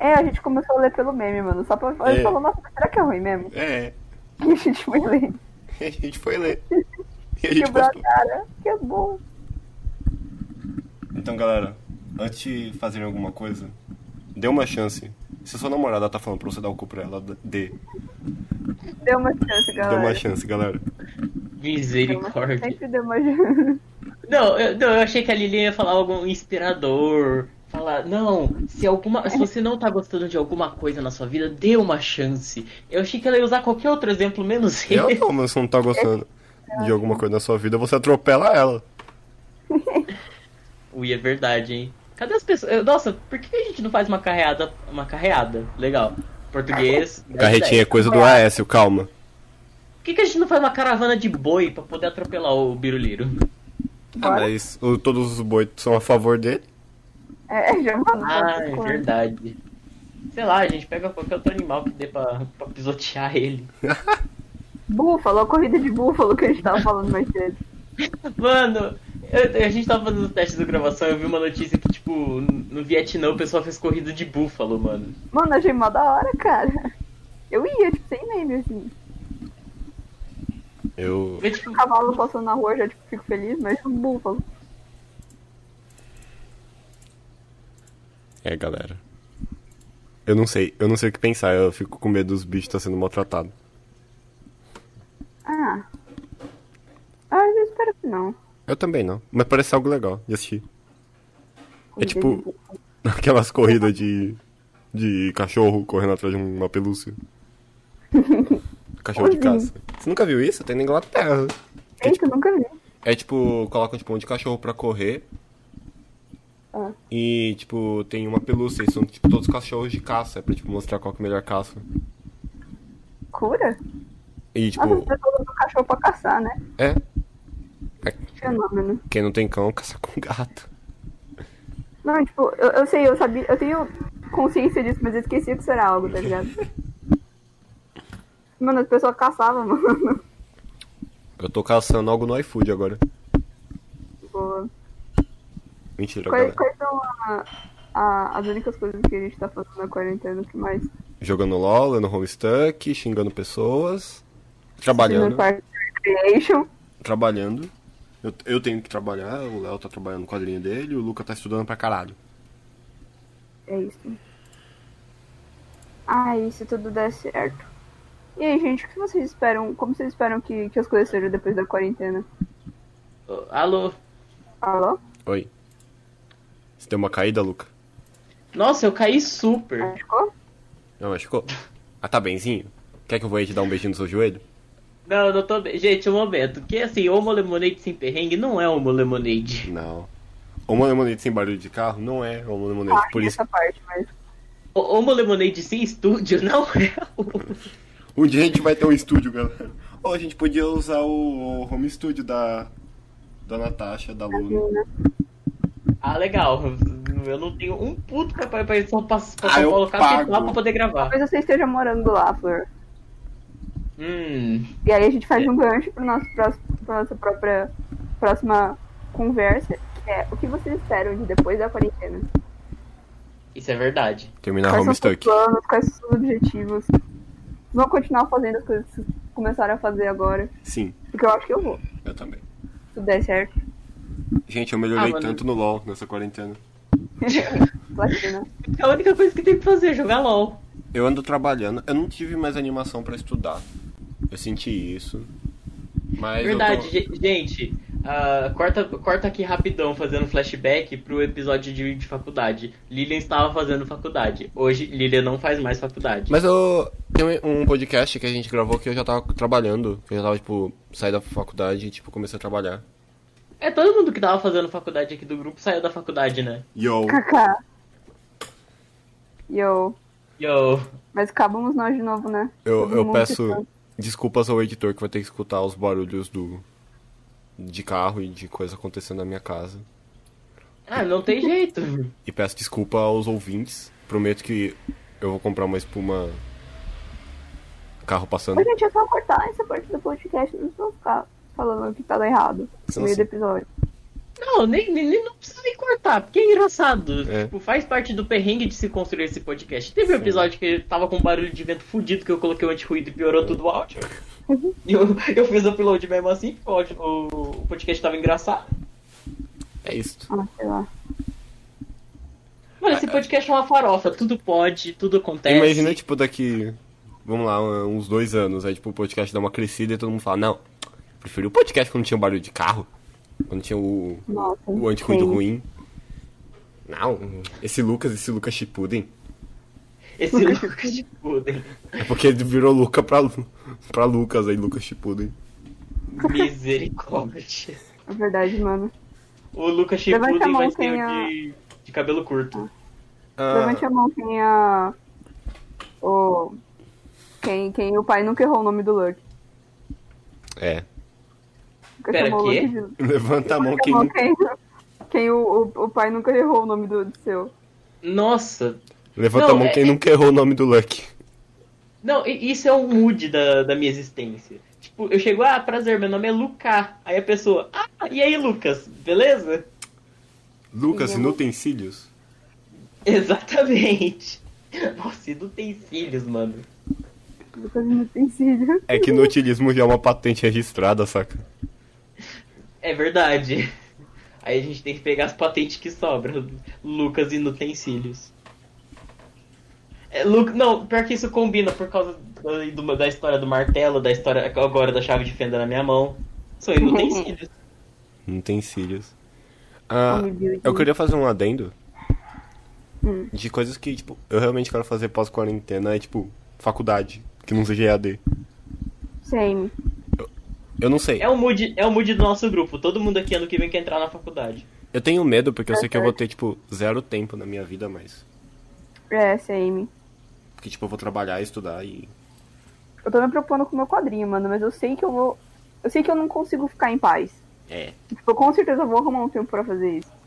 Speaker 3: É, a gente começou a ler pelo meme, mano. Só pra. A gente
Speaker 1: É.
Speaker 3: falou, nossa, mas será que é ruim mesmo? [LAUGHS]
Speaker 1: É,
Speaker 3: E a
Speaker 1: [LAUGHS]
Speaker 3: gente foi
Speaker 1: tipo,
Speaker 3: ler.
Speaker 1: a gente foi ler. E a gente
Speaker 3: Quebrou a
Speaker 1: gostou.
Speaker 3: cara. Que é bom.
Speaker 1: Então, galera, antes de fazerem alguma coisa, dê uma chance. Se sua namorada tá falando pra você dar o cu pra ela, dê.
Speaker 3: Deu uma chance,
Speaker 1: Dê
Speaker 3: galera.
Speaker 1: uma chance, galera.
Speaker 3: Deu uma-
Speaker 2: Misericórdia.
Speaker 3: Sempre deu uma chance. [LAUGHS]
Speaker 2: Não eu, não, eu achei que a Lili ia falar algo inspirador. Falar, não, se alguma. Se você não tá gostando de alguma coisa na sua vida, dê uma chance. Eu achei que ela ia usar qualquer outro exemplo, menos
Speaker 1: Eu
Speaker 2: ele.
Speaker 1: não, mas se não tá gostando de alguma coisa na sua vida, você atropela ela.
Speaker 2: Ui, é verdade, hein? Cadê as pessoas? Eu- Nossa, por que a gente não faz uma carreada? Uma carreada, legal. Português. grande
Speaker 1: Carretinha é
Speaker 2: ideia.
Speaker 1: coisa do Aécio, calma.
Speaker 2: Por que, que a gente não faz uma caravana de boi pra poder atropelar o biruliro?
Speaker 1: Ah,
Speaker 3: Bora.
Speaker 1: mas o- todos os boi são a favor dele.
Speaker 3: É, já mandou.
Speaker 2: Ah,
Speaker 3: essas
Speaker 2: é
Speaker 3: coisas.
Speaker 2: verdade. Sei lá, a gente pega qualquer outro animal que dê pra, pra pisotear ele.
Speaker 3: Búfalo, a corrida de búfalo que a gente tava falando mais cedo.
Speaker 2: Mano, eu- a gente tava fazendo os testes da gravação, eu vi uma notícia que, tipo, no Vietnã o pessoal fez corrida de búfalo, mano.
Speaker 3: Mano, achei mó da hora, cara. Eu ia, tipo, sem meme, assim.
Speaker 1: Eu.
Speaker 2: Mas, tipo,
Speaker 3: Um cavalo passando na rua, eu já, tipo, fico feliz, mas um búfalo.
Speaker 1: É, galera. Eu não sei, eu não sei o que pensar, eu fico com medo dos bichos tá sendo maltratados.
Speaker 3: Ah. Ah, eu espero que não.
Speaker 1: Eu também não, mas parece algo legal de assistir. É
Speaker 3: Corrida de
Speaker 1: tipo [LAUGHS] aquelas corridas de, de cachorro correndo atrás de uma pelúcia. Cachorro de caça. Você nunca viu isso? Tem na Inglaterra.
Speaker 3: Eita, eu nunca vi.
Speaker 1: É tipo, colocam tipo, um monte de cachorro pra correr.
Speaker 3: Ah.
Speaker 1: E tipo, tem uma pelúcia e são tipo, todos cachorros de caça. Pra tipo, mostrar qual que é o melhor caça.
Speaker 3: Cura?
Speaker 1: E
Speaker 3: Nossa, as
Speaker 1: tipo,
Speaker 3: pessoas usam cachorro pra caçar, né?
Speaker 1: é.
Speaker 3: Fenômeno.
Speaker 1: Quem não tem cão, caça com gato.
Speaker 3: Não, tipo, eu, eu sei, eu sabia, eu tenho consciência disso, mas eu esqueci que isso era algo, tá
Speaker 1: [LAUGHS]
Speaker 3: ligado? mano, as pessoas caçavam, [LAUGHS] mano.
Speaker 1: Eu tô caçando algo no iFood agora.
Speaker 3: Tipo,
Speaker 1: Mentira,
Speaker 3: Quais,
Speaker 1: galera.
Speaker 3: quais são a- a- as únicas coisas que a gente tá fazendo na quarentena que mais?
Speaker 1: Jogando LOL, lendo homestuck, xingando pessoas,
Speaker 3: No
Speaker 1: trabalhando.
Speaker 3: Park Creation.
Speaker 1: Trabalhando. Eu, eu tenho que trabalhar, o Léo tá trabalhando no quadrinho dele, o Luca tá estudando pra caralho.
Speaker 3: É isso. Ai, se tudo der certo. E aí, gente, o que vocês esperam? Como vocês esperam que, que as coisas sejam depois da quarentena?
Speaker 2: Ô, Alô?
Speaker 3: Alô?
Speaker 1: Oi. Você tem uma caída, Luca?
Speaker 2: Nossa, eu caí super.
Speaker 3: Machucou?
Speaker 1: Não, machucou? Ah, tá benzinho? Quer que eu vou aí te dar um beijinho no seu joelho?
Speaker 2: Não, eu não tô bem. Gente, um momento. Porque assim, homo lemonade sem perrengue não é homo lemonade.
Speaker 1: Não. Uma lemonade sem barulho de carro não é uma lemonade.
Speaker 2: Ah,
Speaker 1: Por isso,
Speaker 3: Essa parte, mas.
Speaker 2: O- Homo lemonade sem estúdio não [LAUGHS] é o...
Speaker 1: um dia a gente vai ter um estúdio, galera. Ou a gente podia usar o o home studio da, da Natasha, da Luna.
Speaker 2: Uhum.
Speaker 3: assim, né?
Speaker 2: Ah, legal. Eu não tenho um puto pra, pra, pra, só pra, pra
Speaker 1: Ah, eu
Speaker 2: colocar
Speaker 1: pago.
Speaker 2: teclado pra poder gravar.
Speaker 3: Talvez você esteja morando lá, Flor.
Speaker 2: Hum.
Speaker 3: E aí a gente
Speaker 1: É.
Speaker 3: faz um gancho pro nosso próximo, pra nossa própria próxima conversa, que é o que vocês esperam de depois da quarentena?
Speaker 2: Isso é verdade.
Speaker 1: Terminar
Speaker 3: Quais são seus
Speaker 1: Ah, homestuck.
Speaker 3: planos, quais são seus objetivos? Vão continuar fazendo as coisas que vocês começaram a fazer agora?
Speaker 1: Sim,
Speaker 3: Porque eu acho que eu vou, se
Speaker 1: eu também.
Speaker 3: tudo der certo.
Speaker 1: Gente, eu melhorei
Speaker 2: Ah, mano.
Speaker 1: tanto no LOL nessa quarentena.
Speaker 3: [LAUGHS] Platina.
Speaker 2: A única coisa que tem que fazer é jogar LOL.
Speaker 1: Eu ando trabalhando, eu não tive mais animação pra estudar. Eu senti isso. Mas
Speaker 2: Verdade,
Speaker 1: eu tô...
Speaker 2: ge- gente. ah, corta, corta aqui rapidão, fazendo flashback pro episódio de, de faculdade. Lilian estava fazendo faculdade. Hoje, Lilian não faz mais faculdade.
Speaker 1: Mas eu tem um podcast que a gente gravou que eu já tava trabalhando, que eu já tava tipo, saí da faculdade e tipo comecei a trabalhar.
Speaker 2: É, todo mundo que tava fazendo faculdade aqui do grupo saiu da faculdade, né?
Speaker 1: Yo.
Speaker 3: Kaká. Yo.
Speaker 2: Yo.
Speaker 3: Mas acabamos nós de novo, né?
Speaker 1: Eu,
Speaker 3: Todo
Speaker 1: eu
Speaker 3: mundo tá.
Speaker 1: peço
Speaker 3: ficou.
Speaker 1: desculpas ao editor que vai ter que escutar os barulhos do de carro e de coisa acontecendo na minha casa.
Speaker 2: Ah, não tem jeito.
Speaker 1: E peço desculpa aos ouvintes. Prometo que eu vou comprar uma espuma carro passando.
Speaker 3: Mas, gente, é só cortar essa parte do podcast, não precisa ficar falando que tá dando errado
Speaker 1: Sim,
Speaker 3: no meio
Speaker 1: sim.
Speaker 3: do episódio.
Speaker 2: Não, nem, nem- nem- não precisa nem cortar, porque é engraçado.
Speaker 1: É.
Speaker 2: Tipo, faz parte do perrengue de se construir esse podcast. Teve um
Speaker 1: Sim.
Speaker 2: episódio que tava com um barulho de vento fudido que eu coloquei o anti-ruído e piorou tudo o áudio.
Speaker 1: Uhum.
Speaker 2: E [LAUGHS] eu, eu fiz o upload mesmo assim, porque o, áudio- o- o podcast tava engraçado.
Speaker 1: É isso.
Speaker 3: Ah, sei lá.
Speaker 2: Mano, esse podcast é uma farofa, tudo pode, tudo
Speaker 3: É,
Speaker 2: acontece.
Speaker 1: Imagina, tipo, daqui, vamos lá, uns dois anos, aí, tipo, o podcast dá uma crescida e todo mundo fala, não, preferi o podcast quando tinha barulho de carro, quando tinha o,
Speaker 3: Nossa.
Speaker 1: o anticuido
Speaker 3: sim.
Speaker 1: ruim. Não, esse Lucas, esse Lucas Chipuden,
Speaker 2: Esse Lucas de Pudem.
Speaker 1: é porque ele virou Luca pra, Lu- pra Lucas, aí Lucas Chipuden.
Speaker 2: Misericórdia.
Speaker 3: É verdade, mano.
Speaker 2: O Lucas
Speaker 3: Levante a
Speaker 2: Chipuden
Speaker 3: mão
Speaker 2: vai ser
Speaker 3: quem
Speaker 2: o
Speaker 3: é-
Speaker 2: de, de cabelo curto.
Speaker 1: Ah,
Speaker 3: Levante a mão quem a. O. Quem, quem o pai nunca errou o nome do Lurk.
Speaker 1: é,
Speaker 3: Nunca
Speaker 2: Pera,
Speaker 3: chamou o
Speaker 2: quê?
Speaker 3: Lurk de.
Speaker 1: levanta a mão
Speaker 3: Levante
Speaker 1: quem
Speaker 3: a mão
Speaker 1: não...
Speaker 3: quem, quem o, o, o pai nunca errou o nome do, do seu.
Speaker 2: Nossa.
Speaker 1: Levanta
Speaker 2: Não,
Speaker 1: a mão
Speaker 2: é-
Speaker 1: quem nunca errou o nome do Luck.
Speaker 2: Não, i- isso é o mood da, da minha existência. Tipo, eu chego, ah, prazer, meu nome é Lucas. Aí a pessoa, ah, e aí, Lucas, beleza? [LAUGHS]
Speaker 1: Lucas, não tem cílios?
Speaker 2: Exatamente. Nossa, e não tem cílios, mano.
Speaker 3: Lucas não tem cílio.
Speaker 1: É que no utilismo já é uma patente registrada, saca?
Speaker 2: É verdade. [LAUGHS] Aí a gente tem que pegar as patentes que sobram. Lucas Inutensílios. É, Lu... Não, pior que isso combina por causa da, do- da história do martelo, da história agora da chave de fenda na minha mão. São inutensílios.
Speaker 1: Não tem cílios. Ah,
Speaker 3: Ai, Deus.
Speaker 1: eu queria fazer um adendo
Speaker 3: Hum.
Speaker 1: de coisas que, tipo, eu realmente quero fazer pós-quarentena, é tipo, faculdade, que não seja EAD.
Speaker 3: Same.
Speaker 1: Eu não sei.
Speaker 2: é o mood, é o mood do nosso grupo. Todo mundo aqui ano que vem quer entrar na faculdade.
Speaker 1: Eu tenho medo porque eu sei que
Speaker 3: Uhum.
Speaker 1: eu vou ter, tipo, zero tempo na minha vida mais.
Speaker 3: É, same.
Speaker 1: Porque, tipo, eu vou trabalhar, estudar e.
Speaker 3: Eu tô me preocupando com o meu quadrinho, mano, mas eu sei que eu vou. Eu sei que eu não consigo ficar em paz.
Speaker 1: É.
Speaker 3: Tipo, eu com certeza vou arrumar um tempo pra fazer isso.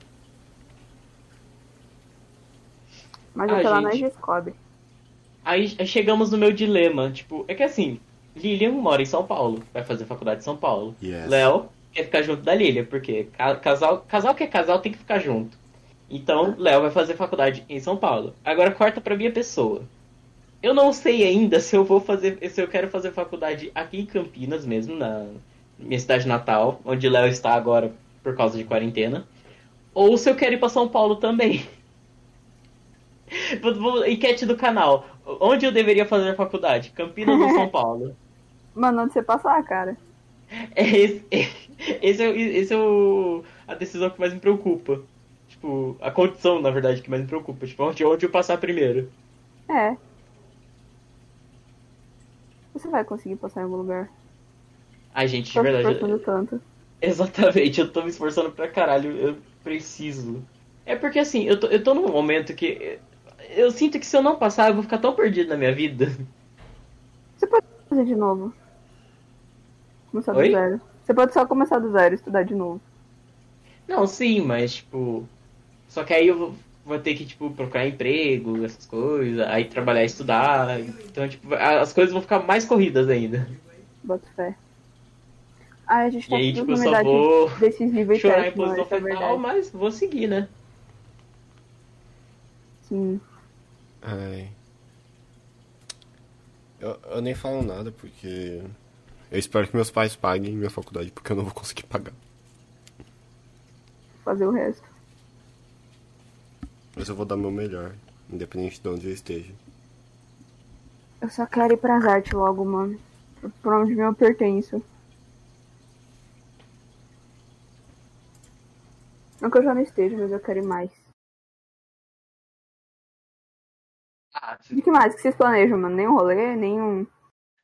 Speaker 3: Mas
Speaker 2: Ah,
Speaker 3: até lá nós
Speaker 2: gente.
Speaker 3: descobre.
Speaker 2: Aí aí chegamos no meu dilema. Tipo, é que assim, Lilian mora em São Paulo, vai fazer faculdade em São Paulo.
Speaker 1: Yes.
Speaker 2: Léo quer ficar junto da Lilian, porque ca- é casal, casal que é casal tem que ficar junto. Então, Léo vai fazer faculdade em São Paulo. Agora corta pra minha pessoa. Eu não sei ainda se eu vou fazer, se eu quero fazer faculdade aqui em Campinas mesmo, na minha cidade natal, onde Léo está agora por causa de quarentena, ou se eu quero ir para São Paulo também. [LAUGHS] Enquete do canal. Onde eu deveria fazer a faculdade? Campinas ou São Paulo?
Speaker 3: Mano, onde você passar, cara?
Speaker 2: Esse, esse, é, esse é o, a decisão que mais me preocupa. Tipo, a condição, na verdade, que mais me preocupa. Tipo, onde, onde eu passar primeiro.
Speaker 3: É. Você vai conseguir passar em algum lugar.
Speaker 2: Ai, gente, de
Speaker 3: Tô me
Speaker 2: verdade.
Speaker 3: esforçando tanto.
Speaker 2: [LAUGHS] Exatamente, eu tô me esforçando pra caralho, eu preciso. É porque assim, eu tô, eu tô num momento que. Eu sinto que se eu não passar, eu vou ficar tão perdido na minha vida. [LAUGHS]
Speaker 3: Você pode fazer de novo. Começar
Speaker 2: Oi?
Speaker 3: do zero. Você pode só começar do zero, estudar de novo.
Speaker 2: Não, sim, mas tipo. Só que aí eu vou, vou ter que, tipo, procurar emprego, essas coisas, aí trabalhar, estudar. Então, tipo, a- as coisas vão ficar mais corridas ainda.
Speaker 3: Boto fé. Ai, a gente
Speaker 2: E
Speaker 3: tá
Speaker 2: aí,
Speaker 3: com
Speaker 2: tipo, eu
Speaker 3: tudo na
Speaker 2: só
Speaker 3: idade
Speaker 2: vou
Speaker 3: desses níveis
Speaker 2: chorar em
Speaker 3: técnicos,
Speaker 2: posição
Speaker 3: isso é
Speaker 2: fetal,
Speaker 3: verdade.
Speaker 2: mas vou seguir, né?
Speaker 3: Sim.
Speaker 1: Ai. Eu, eu nem falo nada porque. Eu espero que meus pais paguem minha faculdade porque eu não vou conseguir pagar.
Speaker 3: Fazer o resto.
Speaker 1: Mas eu vou dar meu melhor, independente de onde eu esteja.
Speaker 3: Eu só quero ir pras artes logo, mano. Pra onde eu pertenço. Não que eu já não esteja, mas eu quero ir mais.
Speaker 2: Ah,
Speaker 3: E que mais que vocês planejam, mano? Nenhum rolê, nenhum.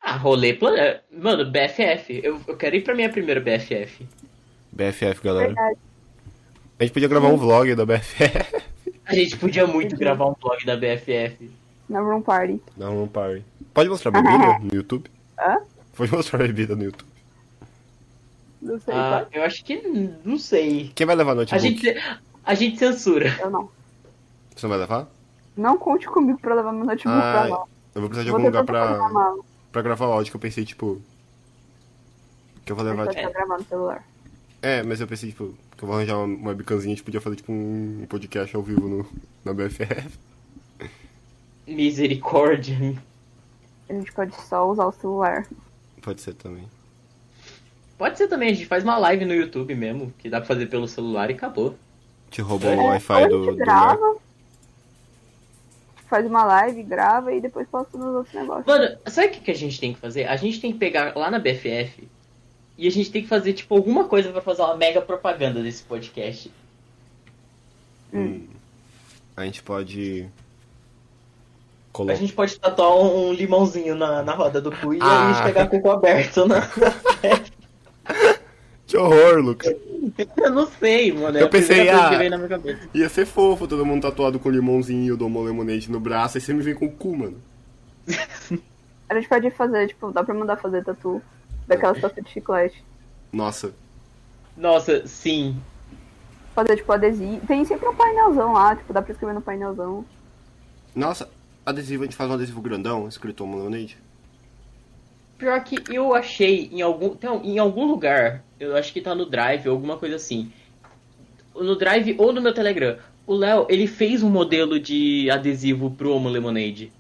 Speaker 2: ah rolê plane... Mano, BFF. Eu, eu quero ir pra minha primeira BFF.
Speaker 1: BFF, galera.
Speaker 3: Verdade.
Speaker 1: A gente podia gravar
Speaker 3: Uhum.
Speaker 1: um vlog da [LAUGHS] BFF.
Speaker 2: A gente podia muito gravar um vlog da BFF.
Speaker 3: Na room party.
Speaker 1: Dá um party. Pode mostrar bebida no YouTube?
Speaker 3: Hã?
Speaker 1: Pode mostrar bebida no YouTube.
Speaker 3: Não sei,
Speaker 2: Ah,
Speaker 3: pode?
Speaker 2: eu acho que n- não sei.
Speaker 1: Quem vai levar
Speaker 2: A
Speaker 1: notebook?
Speaker 2: gente, a gente censura.
Speaker 3: Eu não.
Speaker 1: Você não vai levar?
Speaker 3: Não conte comigo pra levar meu notebook pra lá.
Speaker 1: eu vou precisar Ah, de
Speaker 3: Vou
Speaker 1: algum lugar
Speaker 3: depois pra...
Speaker 1: pra,
Speaker 3: na mala.
Speaker 1: pra gravar o áudio que eu pensei, tipo. Que eu vou levar,
Speaker 3: Pode
Speaker 1: tipo.
Speaker 3: ficar gravando no celular.
Speaker 1: É, mas eu pensei, tipo, que eu vou arranjar uma, uma bicanzinha e a gente podia fazer, tipo, um podcast ao vivo no, na BFF.
Speaker 2: Misericórdia.
Speaker 3: A gente pode só usar o celular.
Speaker 1: [LAUGHS] Pode ser também.
Speaker 2: Pode ser também, a gente faz uma live no YouTube mesmo, que dá pra fazer pelo celular e acabou.
Speaker 1: Te roubou o
Speaker 3: É,
Speaker 1: Wi-Fi
Speaker 3: ou a
Speaker 1: do,
Speaker 3: gente
Speaker 1: do Marco.
Speaker 3: grava, faz uma live, grava e depois posta nos outros negócios.
Speaker 2: Mano, sabe o que, que a gente tem que fazer? A gente tem que pegar lá na BFF e a gente tem que fazer, tipo, alguma coisa pra fazer uma mega propaganda desse podcast.
Speaker 1: A gente pode.
Speaker 2: A
Speaker 1: Colocar.
Speaker 2: gente pode tatuar um limãozinho na, na roda do cu e aí
Speaker 1: Ah.
Speaker 2: a né? gente pegar com o cu aberto na.
Speaker 1: Que horror, Lucas.
Speaker 2: [LAUGHS] Eu não sei, mano. é
Speaker 1: Eu
Speaker 2: a primeira
Speaker 1: pensei,
Speaker 2: coisa que
Speaker 1: ah,
Speaker 2: veio na minha cabeça.
Speaker 1: Ia ser fofo todo mundo tatuado com limãozinho, eu dou uma lemonade no braço, aí você me vem com o cu, mano.
Speaker 3: A gente pode fazer, tipo, dá pra mandar fazer tatu daquelas tatu de chiclete.
Speaker 1: Nossa.
Speaker 2: Nossa, sim.
Speaker 3: Fazer, tipo, adesivo. Tem sempre um painelzão lá, tipo, dá pra escrever no painelzão.
Speaker 1: Nossa, adesivo, a gente faz um adesivo grandão, escrito uma lemonade.
Speaker 2: Pior que eu achei em algum, então, em algum lugar, eu acho que tá no Drive ou alguma coisa assim. No Drive ou no meu Telegram. O Léo, ele fez um modelo de adesivo pro Homo Lemonade.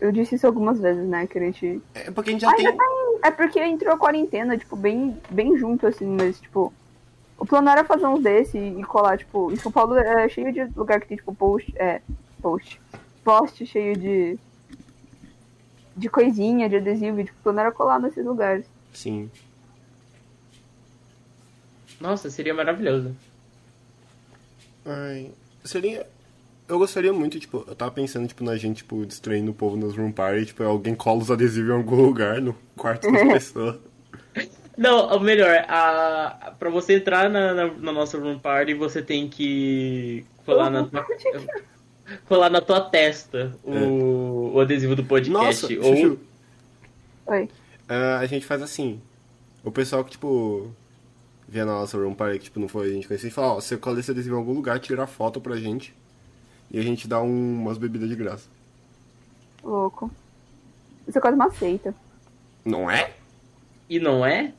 Speaker 3: Eu disse isso algumas vezes, né, que a gente...
Speaker 1: É porque a gente já tem.
Speaker 3: Ainda tá em... É porque entrou a quarentena, tipo, bem, bem junto, assim, mas, tipo... O plano era fazer uns desse e colar, tipo... Em São Paulo é cheio de lugar que tem, tipo, post... É, post. Post cheio de... De coisinha, de adesivo, e, tipo, o plano era colar nesses lugares.
Speaker 1: Sim.
Speaker 2: Nossa, seria maravilhoso.
Speaker 1: Ai. Seria. Eu gostaria muito, tipo, eu tava pensando, tipo, na gente, tipo, distraindo o povo nas room party, tipo, alguém cola os adesivos em algum lugar no quarto das pessoas.
Speaker 2: Não, ou melhor, a, pra você entrar na, na, na nossa room party, você tem que colar na tua, colar na tua testa o, o adesivo do podcast.
Speaker 1: É. Nossa,
Speaker 2: ou
Speaker 1: Chuchu,
Speaker 3: Oi.
Speaker 1: ah, a gente faz assim. O pessoal que, tipo, via na nossa room party, que, tipo, não foi a gente conhecer, fala, ó, você cola esse adesivo em algum lugar, tira a foto pra gente. E a gente dá um- umas bebidas de graça.
Speaker 3: Louco. Isso é quase uma seita.
Speaker 1: Não é?
Speaker 2: E não é?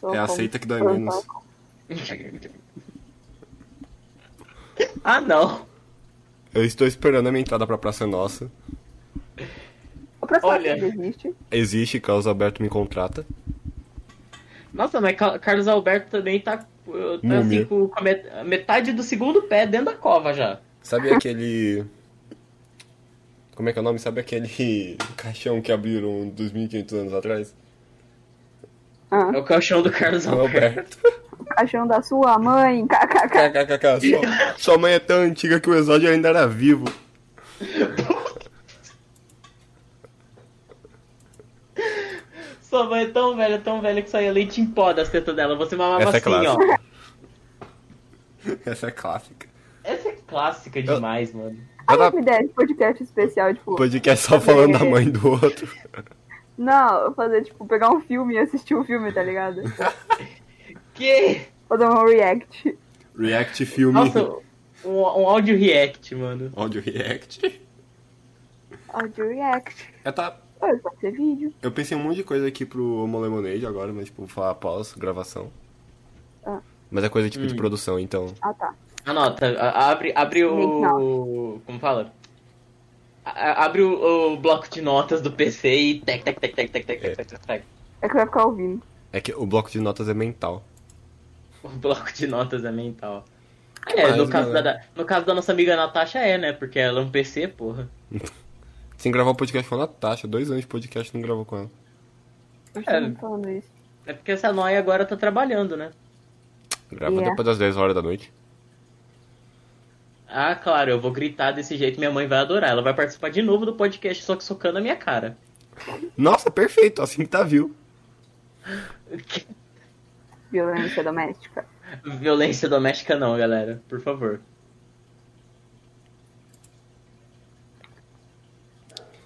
Speaker 3: Sou
Speaker 1: É a
Speaker 3: contra.
Speaker 1: seita que dói
Speaker 3: Sou
Speaker 1: menos.
Speaker 3: contra.
Speaker 2: Ah, não.
Speaker 1: Eu estou esperando a minha entrada pra Praça é Nossa.
Speaker 3: A próxima
Speaker 2: Olha.
Speaker 3: vez existe.
Speaker 1: Existe, Carlos Alberto me contrata.
Speaker 2: Nossa, mas Ca- Carlos Alberto também tá, tá assim,
Speaker 1: Múmia.
Speaker 2: com com a met- a metade do segundo pé dentro da cova já.
Speaker 1: Sabe aquele. [LAUGHS] Como é que é o nome? Sabe aquele [LAUGHS] caixão que abriram 2.500 anos atrás?
Speaker 3: Ah,
Speaker 2: É o caixão do Carlos
Speaker 1: Carlos
Speaker 2: Alberto.
Speaker 1: [LAUGHS] Alberto.
Speaker 3: caixão da sua mãe, kkk.
Speaker 1: KKKK. Sua, sua mãe é tão antiga que o Exódio ainda era vivo.
Speaker 2: Sua mãe é tão velha, tão velha que saía leite em pó das tetas dela. Você mamava
Speaker 1: Essa é
Speaker 2: assim, ó.
Speaker 1: clássica. Essa é clássica.
Speaker 2: Essa é clássica demais, mano.
Speaker 3: Aí
Speaker 1: Ela
Speaker 3: me der podcast especial, tipo.
Speaker 1: podcast só falando da mãe do outro.
Speaker 3: Não, fazer, tipo, pegar um filme e assistir o filme, tá ligado?
Speaker 2: Que?
Speaker 3: Fazer um react.
Speaker 1: [LAUGHS] React filme.
Speaker 2: Nossa, um, um áudio react, mano.
Speaker 1: Áudio react.
Speaker 3: Audio react.
Speaker 1: É, tá...
Speaker 3: Olha, pode ser vídeo.
Speaker 1: Eu pensei um monte de coisa aqui pro Homo Lemonade agora, mas tipo, vou falar após gravação.
Speaker 3: Ah.
Speaker 1: Mas é coisa tipo de
Speaker 2: Hum.
Speaker 1: produção, então.
Speaker 3: Ah, tá.
Speaker 2: Anota, a- abre, abre o. Como fala? A- Abre o, o bloco de notas do PC e tec, tec, tec, tec, tec, tec,
Speaker 1: É.
Speaker 2: tec, tec, tec.
Speaker 3: É que vai ficar ouvindo.
Speaker 1: É que o bloco de notas é mental.
Speaker 2: O bloco de notas é mental.
Speaker 1: Que
Speaker 2: É,
Speaker 1: mais,
Speaker 2: no caso, da,
Speaker 1: galera?
Speaker 2: da- no caso da nossa amiga Natasha é, né? Porque ela é um PC, porra.
Speaker 1: Sem gravar o podcast com a Natasha, dois anos de podcast não gravou com ela.
Speaker 3: Eu
Speaker 2: É.
Speaker 3: estou falando isso.
Speaker 2: É porque essa noia agora tá trabalhando, né?
Speaker 1: Grava
Speaker 3: Yeah.
Speaker 1: depois das 10 horas da noite.
Speaker 2: Ah, claro, eu vou gritar desse jeito, minha mãe vai adorar. Ela vai participar de novo do podcast, só que socando a minha cara.
Speaker 1: Nossa, perfeito, assim que tá viu.
Speaker 3: Violência doméstica.
Speaker 2: Violência doméstica não, galera. Por favor.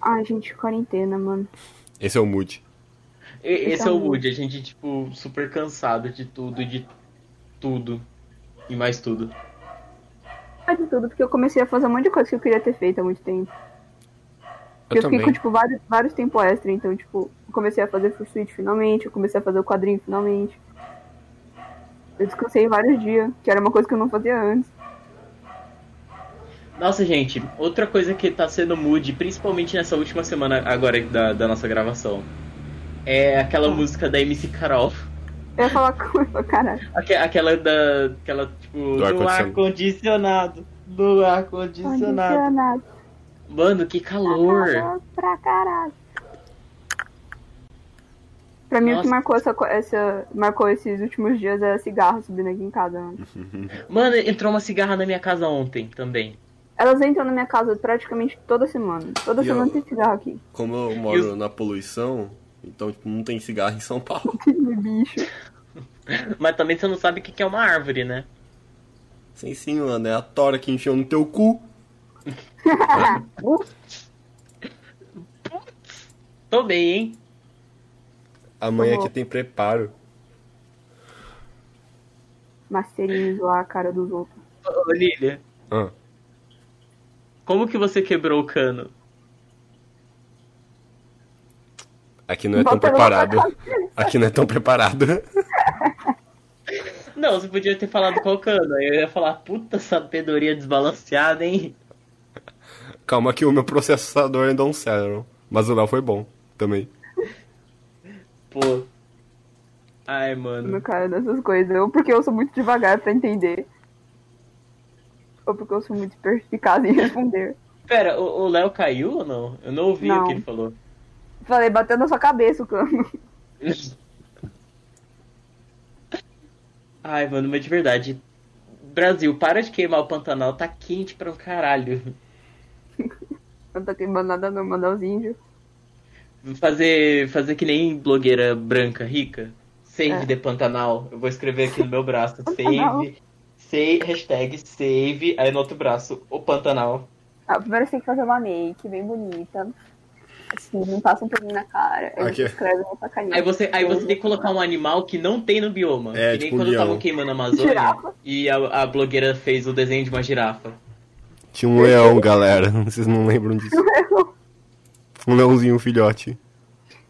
Speaker 3: Ai, gente, quarentena, mano.
Speaker 1: Esse é o mood.
Speaker 2: E- esse é
Speaker 3: Então-
Speaker 2: o Woody, a gente, tipo, super cansado de tudo, de tudo. E mais tudo.
Speaker 3: Ah, de tudo, porque eu comecei a fazer um monte de coisa que eu queria ter feito há muito tempo.
Speaker 1: Eu,
Speaker 3: Porque eu,
Speaker 1: também.
Speaker 3: fiquei com, tipo, vários, vários tempo extra, então, tipo, eu comecei a fazer Full Suite finalmente, eu comecei a fazer o quadrinho finalmente. Eu descansei vários dias, que era uma coisa que eu não fazia antes.
Speaker 2: Nossa, gente, outra coisa que tá sendo mood, principalmente nessa última semana agora da, da nossa gravação, é aquela música da MC Carol.
Speaker 3: Eu ia falar com [LAUGHS] eu falei, caralho.
Speaker 2: Aque- Aquela da. Aquela, tipo,
Speaker 1: Do
Speaker 2: do ar-condicionado. Do é ar-condicionado.
Speaker 3: Condicionado.
Speaker 2: Mano, que calor.
Speaker 3: Pra caralho. Pra mim, o
Speaker 2: Nossa.
Speaker 3: que marcou, essa, co- essa, marcou esses últimos dias é cigarro subindo aqui em casa. Mano.
Speaker 2: Mano, entrou uma cigarra na minha casa ontem também.
Speaker 3: Elas entram na minha casa praticamente toda semana. Toda
Speaker 1: E
Speaker 3: semana
Speaker 1: eu-
Speaker 3: tem cigarro aqui. [LAUGHS]
Speaker 1: Como eu
Speaker 2: E
Speaker 1: moro
Speaker 2: os-
Speaker 1: na poluição, então tipo, não tem cigarro em São Paulo. [LAUGHS]
Speaker 3: Que bicho.
Speaker 2: Mas também você não sabe o que que é uma árvore, né?
Speaker 1: Sim, sim, mano, é a tora que encheu no teu cu.
Speaker 3: Uh,
Speaker 2: Tô bem, hein?
Speaker 1: Amanhã
Speaker 3: Tá bom.
Speaker 1: aqui tem preparo.
Speaker 3: Masterizo lá a cara dos outros.
Speaker 2: Ô, Lilia,
Speaker 1: Ah,
Speaker 2: como que você quebrou o cano?
Speaker 1: aqui não é tão
Speaker 3: Bota na
Speaker 1: preparado.
Speaker 3: nossa
Speaker 1: Aqui não é tão preparado. [LAUGHS]
Speaker 2: Não, você podia ter falado qual cano. Aí eu ia falar, puta sabedoria desbalanceada, hein?
Speaker 1: Calma que o meu processador ainda é um Celeron. Mas o Léo foi bom também.
Speaker 2: Pô. Ai, mano.
Speaker 3: no cara dessas coisas. Ou porque eu sou muito devagar pra entender. Ou porque eu sou muito perspicaz em [LAUGHS] responder.
Speaker 2: Pera, o o Léo caiu ou não? Eu não ouvi
Speaker 3: Não.
Speaker 2: o que ele falou. [LAUGHS]
Speaker 3: Falei, bateu na sua cabeça o cano. [LAUGHS]
Speaker 2: Ai, mano, mas de verdade. Brasil, para de queimar o Pantanal, tá quente pra um caralho.
Speaker 3: Não tá queimando nada não, mandar os índios.
Speaker 2: Fazer, fazer que nem blogueira branca rica. Save
Speaker 3: É.
Speaker 2: the Pantanal. Eu vou escrever aqui no meu braço.
Speaker 3: Pantanal.
Speaker 2: Save. Save, hashtag save. Aí no outro braço, o Pantanal.
Speaker 3: Ah, primeiro você tem que fazer uma make bem bonita. Assim, não passa um pouquinho na cara. Aí
Speaker 1: Aqui.
Speaker 3: você escreve uma sacaninha. [LAUGHS]
Speaker 2: Aí você, [LAUGHS] aí você tem que colocar um animal que não tem no bioma.
Speaker 1: É,
Speaker 2: que nem
Speaker 1: tipo
Speaker 2: quando
Speaker 1: um leão.
Speaker 2: estavam queimando a Amazônia
Speaker 3: Girafa.
Speaker 2: e a, a blogueira fez o desenho de uma girafa.
Speaker 1: Tinha um leão, galera. [LAUGHS] Vocês não lembram disso. Um leãozinho filhote.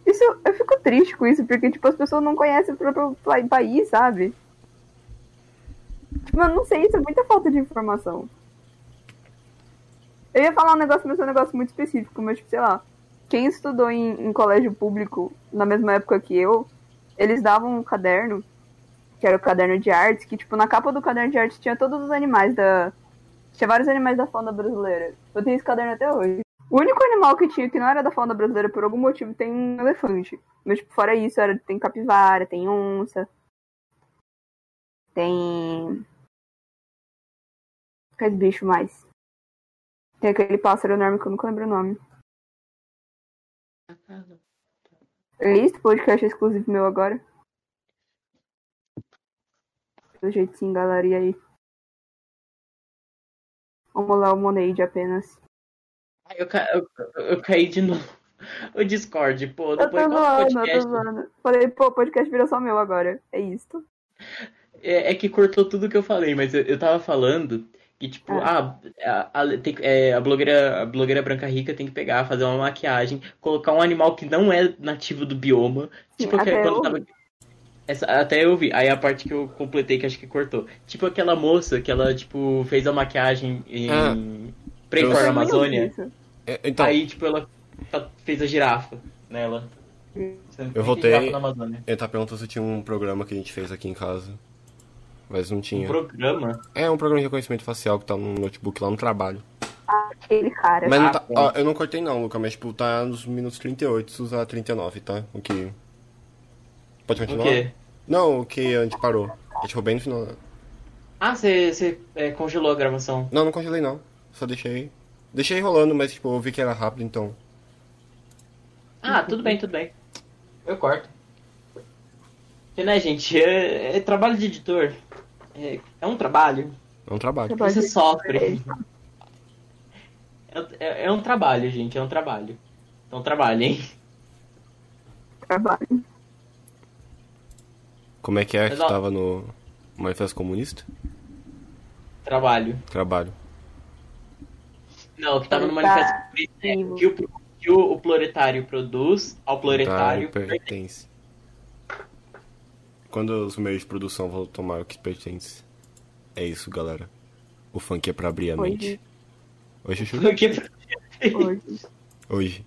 Speaker 3: Isso, eu fico triste com isso, porque, tipo, as pessoas não conhecem o próprio pla- país, sabe? Tipo, eu não sei, isso é muita falta de informação. Eu ia falar um negócio, mas é um negócio muito específico, mas, tipo, sei lá. Quem estudou em, em colégio público na mesma época que eu, eles davam um caderno, que era o caderno de artes, que, tipo, na capa do caderno de artes tinha todos os animais da. Tinha vários animais da fauna brasileira. Eu tenho esse caderno até hoje. O único animal que tinha que não era da fauna brasileira por algum motivo tem um elefante. Mas, tipo, fora isso, era, tem capivara, tem onça. Tem. Quais bicho mais? Tem aquele pássaro enorme que eu nunca lembro o nome. Listo, podcast é exclusivo meu agora. Do jeito sim, galera, e aí? Vamos lá, o Moneide apenas.
Speaker 2: Ai, eu, ca... eu, eu caí de novo. [LAUGHS] O Discord, pô,
Speaker 3: Eu
Speaker 2: depois
Speaker 3: tô
Speaker 2: do
Speaker 3: zoando, eu
Speaker 2: um podcast.
Speaker 3: tô zoando. Falei, pô, podcast virou só meu agora. É isto.
Speaker 2: É, é que cortou tudo que eu falei, mas eu, eu tava falando que, tipo, ah, a, a- tem que- é, a blogueira, a blogueira branca rica tem que pegar, fazer uma maquiagem, colocar um animal que não é nativo do bioma.
Speaker 3: Sim,
Speaker 2: Tipo, aquela,
Speaker 3: até
Speaker 2: quando
Speaker 3: eu
Speaker 2: tava. Essa, até eu vi. Aí a parte que eu completei que acho que cortou. Tipo aquela moça que ela, tipo, fez a maquiagem em.
Speaker 1: Ah. Eu-
Speaker 2: Preitor na
Speaker 1: Eu
Speaker 2: Amazônia.
Speaker 3: Isso.
Speaker 1: É, então,
Speaker 2: Aí, tipo, ela fa- fez a girafa nela.
Speaker 3: Hum.
Speaker 1: Eu voltei-
Speaker 2: Girafa na Amazônia.
Speaker 1: ele tá perguntando se tinha um programa que a gente fez aqui em casa. Mas não tinha.
Speaker 2: Programa?
Speaker 1: É um programa de reconhecimento facial que tá no notebook lá no trabalho.
Speaker 3: Aquele cara.
Speaker 1: Mas não
Speaker 2: Ah,
Speaker 1: tá,
Speaker 2: bom.
Speaker 1: ó, eu não cortei não, Luca, mas tipo, tá nos minutos 38 a 39, tá? O que. Pode
Speaker 2: O
Speaker 1: continuar?
Speaker 2: quê?
Speaker 1: Não, o que a gente parou. A gente ficou bem no final.
Speaker 2: Ah, você congelou a gravação.
Speaker 1: Não, não congelei não. Só deixei. Deixei rolando, mas tipo, eu vi que era rápido, então.
Speaker 2: Ah, tudo bem, tudo bem. Eu corto. Porque, né, gente, é, é trabalho de editor. É, é um trabalho.
Speaker 1: É um trabalho.
Speaker 3: Trabalho
Speaker 2: Você
Speaker 3: de
Speaker 2: sofre. É, é- é um trabalho, gente, é um trabalho. Então trabalhem.
Speaker 3: Trabalho.
Speaker 1: Como é que é que
Speaker 2: Mas, ó-
Speaker 1: tava no Manifesto Comunista?
Speaker 2: Trabalho.
Speaker 1: Trabalho.
Speaker 2: Não, o que tava no
Speaker 3: Proletário.
Speaker 2: manifesto comunista é que o, pro- que o, o proletário produz, ao proletário
Speaker 1: Tá,
Speaker 2: [LAUGHS]
Speaker 1: pertence. Quando os meios de produção vão tomar o que pertence. É isso, galera. O funk é pra abrir a
Speaker 3: Oi,
Speaker 1: mente. Oi, Chuchu.
Speaker 2: pertence.
Speaker 3: Hoje.
Speaker 1: Hoje.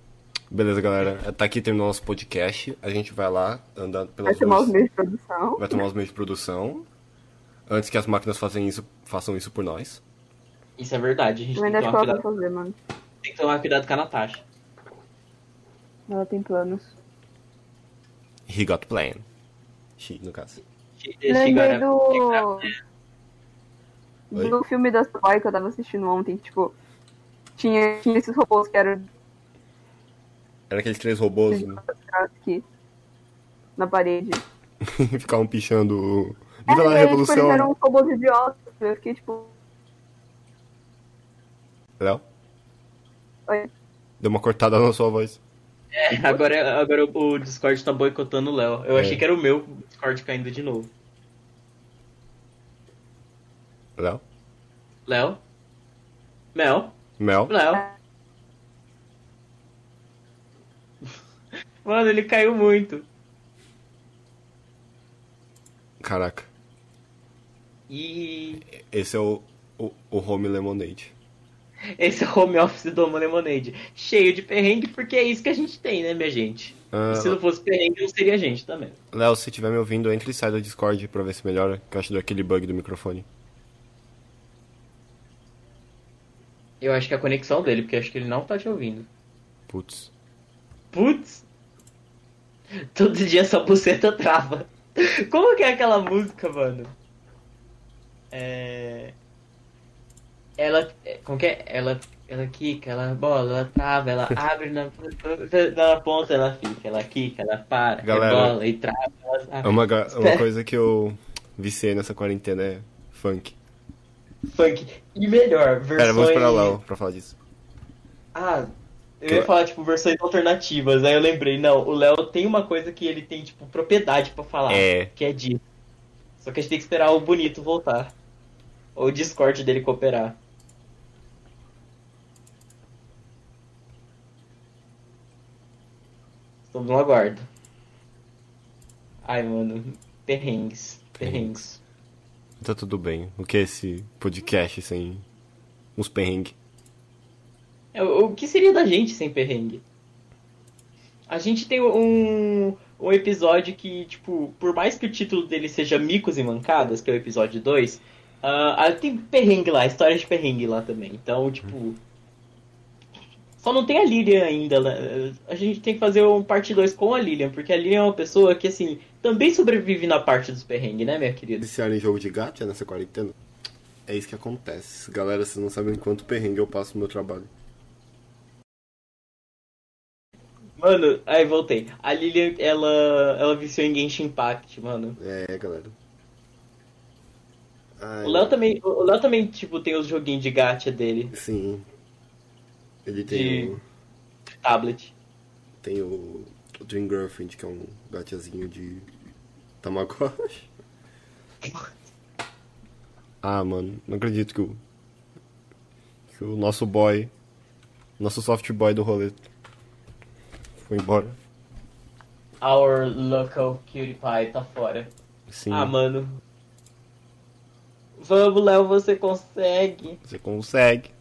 Speaker 1: Beleza, galera. Tá aqui terminou nosso podcast. A gente vai lá andando
Speaker 3: Vai
Speaker 1: pelas
Speaker 3: tomar os
Speaker 1: ruas.
Speaker 3: meios de produção.
Speaker 1: Vai tomar os meios de produção. Antes que as máquinas façam isso, façam isso por nós.
Speaker 2: Isso é verdade, a gente
Speaker 3: Eu
Speaker 2: tem
Speaker 3: ainda
Speaker 2: que,
Speaker 3: acho
Speaker 2: tomar
Speaker 3: que ela vai
Speaker 2: cuidado,
Speaker 3: fazer, mano.
Speaker 2: tem que tomar cuidado com a Natasha.
Speaker 3: Ela tem planos.
Speaker 1: He got plan. She, no caso.
Speaker 2: Che-
Speaker 3: Lembrei
Speaker 2: chegar a-
Speaker 3: do.
Speaker 1: Oi?
Speaker 3: Do filme da Spy que eu tava assistindo ontem, que, tipo. Tinha, tinha esses robôs que eram
Speaker 1: Era aqueles três robôs né? [LAUGHS]
Speaker 3: aqui na parede.
Speaker 1: que ficavam pichando. o-
Speaker 3: É,
Speaker 1: Viva lá a
Speaker 3: e aí, tipo,
Speaker 1: revolução!
Speaker 3: eles eram uns robôs idiotas. Eu fiquei tipo.
Speaker 1: Léo,
Speaker 3: Oi.
Speaker 1: deu uma cortada na sua voz.
Speaker 2: É, [LAUGHS] agora, agora o Discord tá boicotando o Léo. Eu
Speaker 1: É.
Speaker 2: achei que era o meu Discord caindo de novo.
Speaker 1: Léo?
Speaker 2: Léo? Mel?
Speaker 1: Mel?
Speaker 2: Léo? [LAUGHS] Mano, ele caiu muito.
Speaker 1: Caraca.
Speaker 2: E
Speaker 1: Esse é o, o, o Home Lemonade.
Speaker 2: esse é o home office do Homo Lemonade. Cheio de perrengue, porque é isso que a gente tem, né, minha gente?
Speaker 1: Ah,
Speaker 2: E se não fosse perrengue, não seria gente também.
Speaker 1: Léo, se estiver me ouvindo, entre e sai do Discord pra ver se melhora, que eu acho que deu aquele bug do microfone.
Speaker 2: Eu acho que é a conexão dele, porque acho que ele não tá te ouvindo.
Speaker 1: Putz.
Speaker 2: Putz! Todo dia essa buceta trava. Como que é aquela música, mano? É. Ela. é, Como que é? Ela. Ela quica, ela bola, ela
Speaker 1: [LAUGHS]
Speaker 2: trava, ela abre na, na ponta, ela fica, ela quica, ela para,
Speaker 1: Galera.
Speaker 2: bola e trava.
Speaker 1: É
Speaker 2: Ela...
Speaker 1: uma, ga- uma
Speaker 2: Espera.
Speaker 1: coisa que eu viciei nessa quarentena é funk.
Speaker 2: Funk. E melhor, versões.
Speaker 1: Pera, vamos esperar o Léo pra falar disso.
Speaker 2: Ah, eu
Speaker 1: Que-
Speaker 2: ia falar, tipo, versões alternativas. Aí eu lembrei, não, o Léo tem uma coisa que ele tem, tipo, propriedade pra falar.
Speaker 1: É.
Speaker 2: Que é disso. Só que a gente tem que esperar o bonito voltar. Ou o Discord dele cooperar. Estamos no aguardo. Ai, mano. Perrengues. Perrengues.
Speaker 1: Tá tudo bem. O que é esse podcast sem uns perrengue?
Speaker 2: O o que seria da gente sem perrengue? A gente tem um, um episódio que, tipo, por mais que o título dele seja Micos e Mancadas, que é o episódio 2, ah, tem perrengue lá, história de perrengue lá também. Então, tipo. Só não tem a Lilian ainda. né? A gente tem que fazer um parte 2 com a Lilian, porque a Lilian é uma pessoa que, assim, também sobrevive na parte dos perrengues, né, minha querida?
Speaker 1: Viciaram em jogo de gacha nessa quarentena? É isso que acontece. Galera, vocês não sabem quanto perrengue eu passo no meu trabalho.
Speaker 2: Mano, aí voltei. A Lilian, ela, ela viciou em Genshin Impact, mano.
Speaker 1: É, galera. Ai,
Speaker 2: O Léo tá- também, o Léo também, tipo, tem os joguinhos de gacha dele,
Speaker 1: Sim. Ele tem, um-
Speaker 2: De-
Speaker 1: o,
Speaker 2: de tablet.
Speaker 1: tem o, o Dream Girlfriend, que é um gachazinho de Tamagotchi. Ah, mano, não acredito que o. Que o nosso boy. Nosso soft boy do rolê. Foi embora.
Speaker 2: Our local cutie pie tá fora.
Speaker 1: Sim.
Speaker 2: Ah, mano. Vamos, Léo, você consegue.
Speaker 1: Você consegue.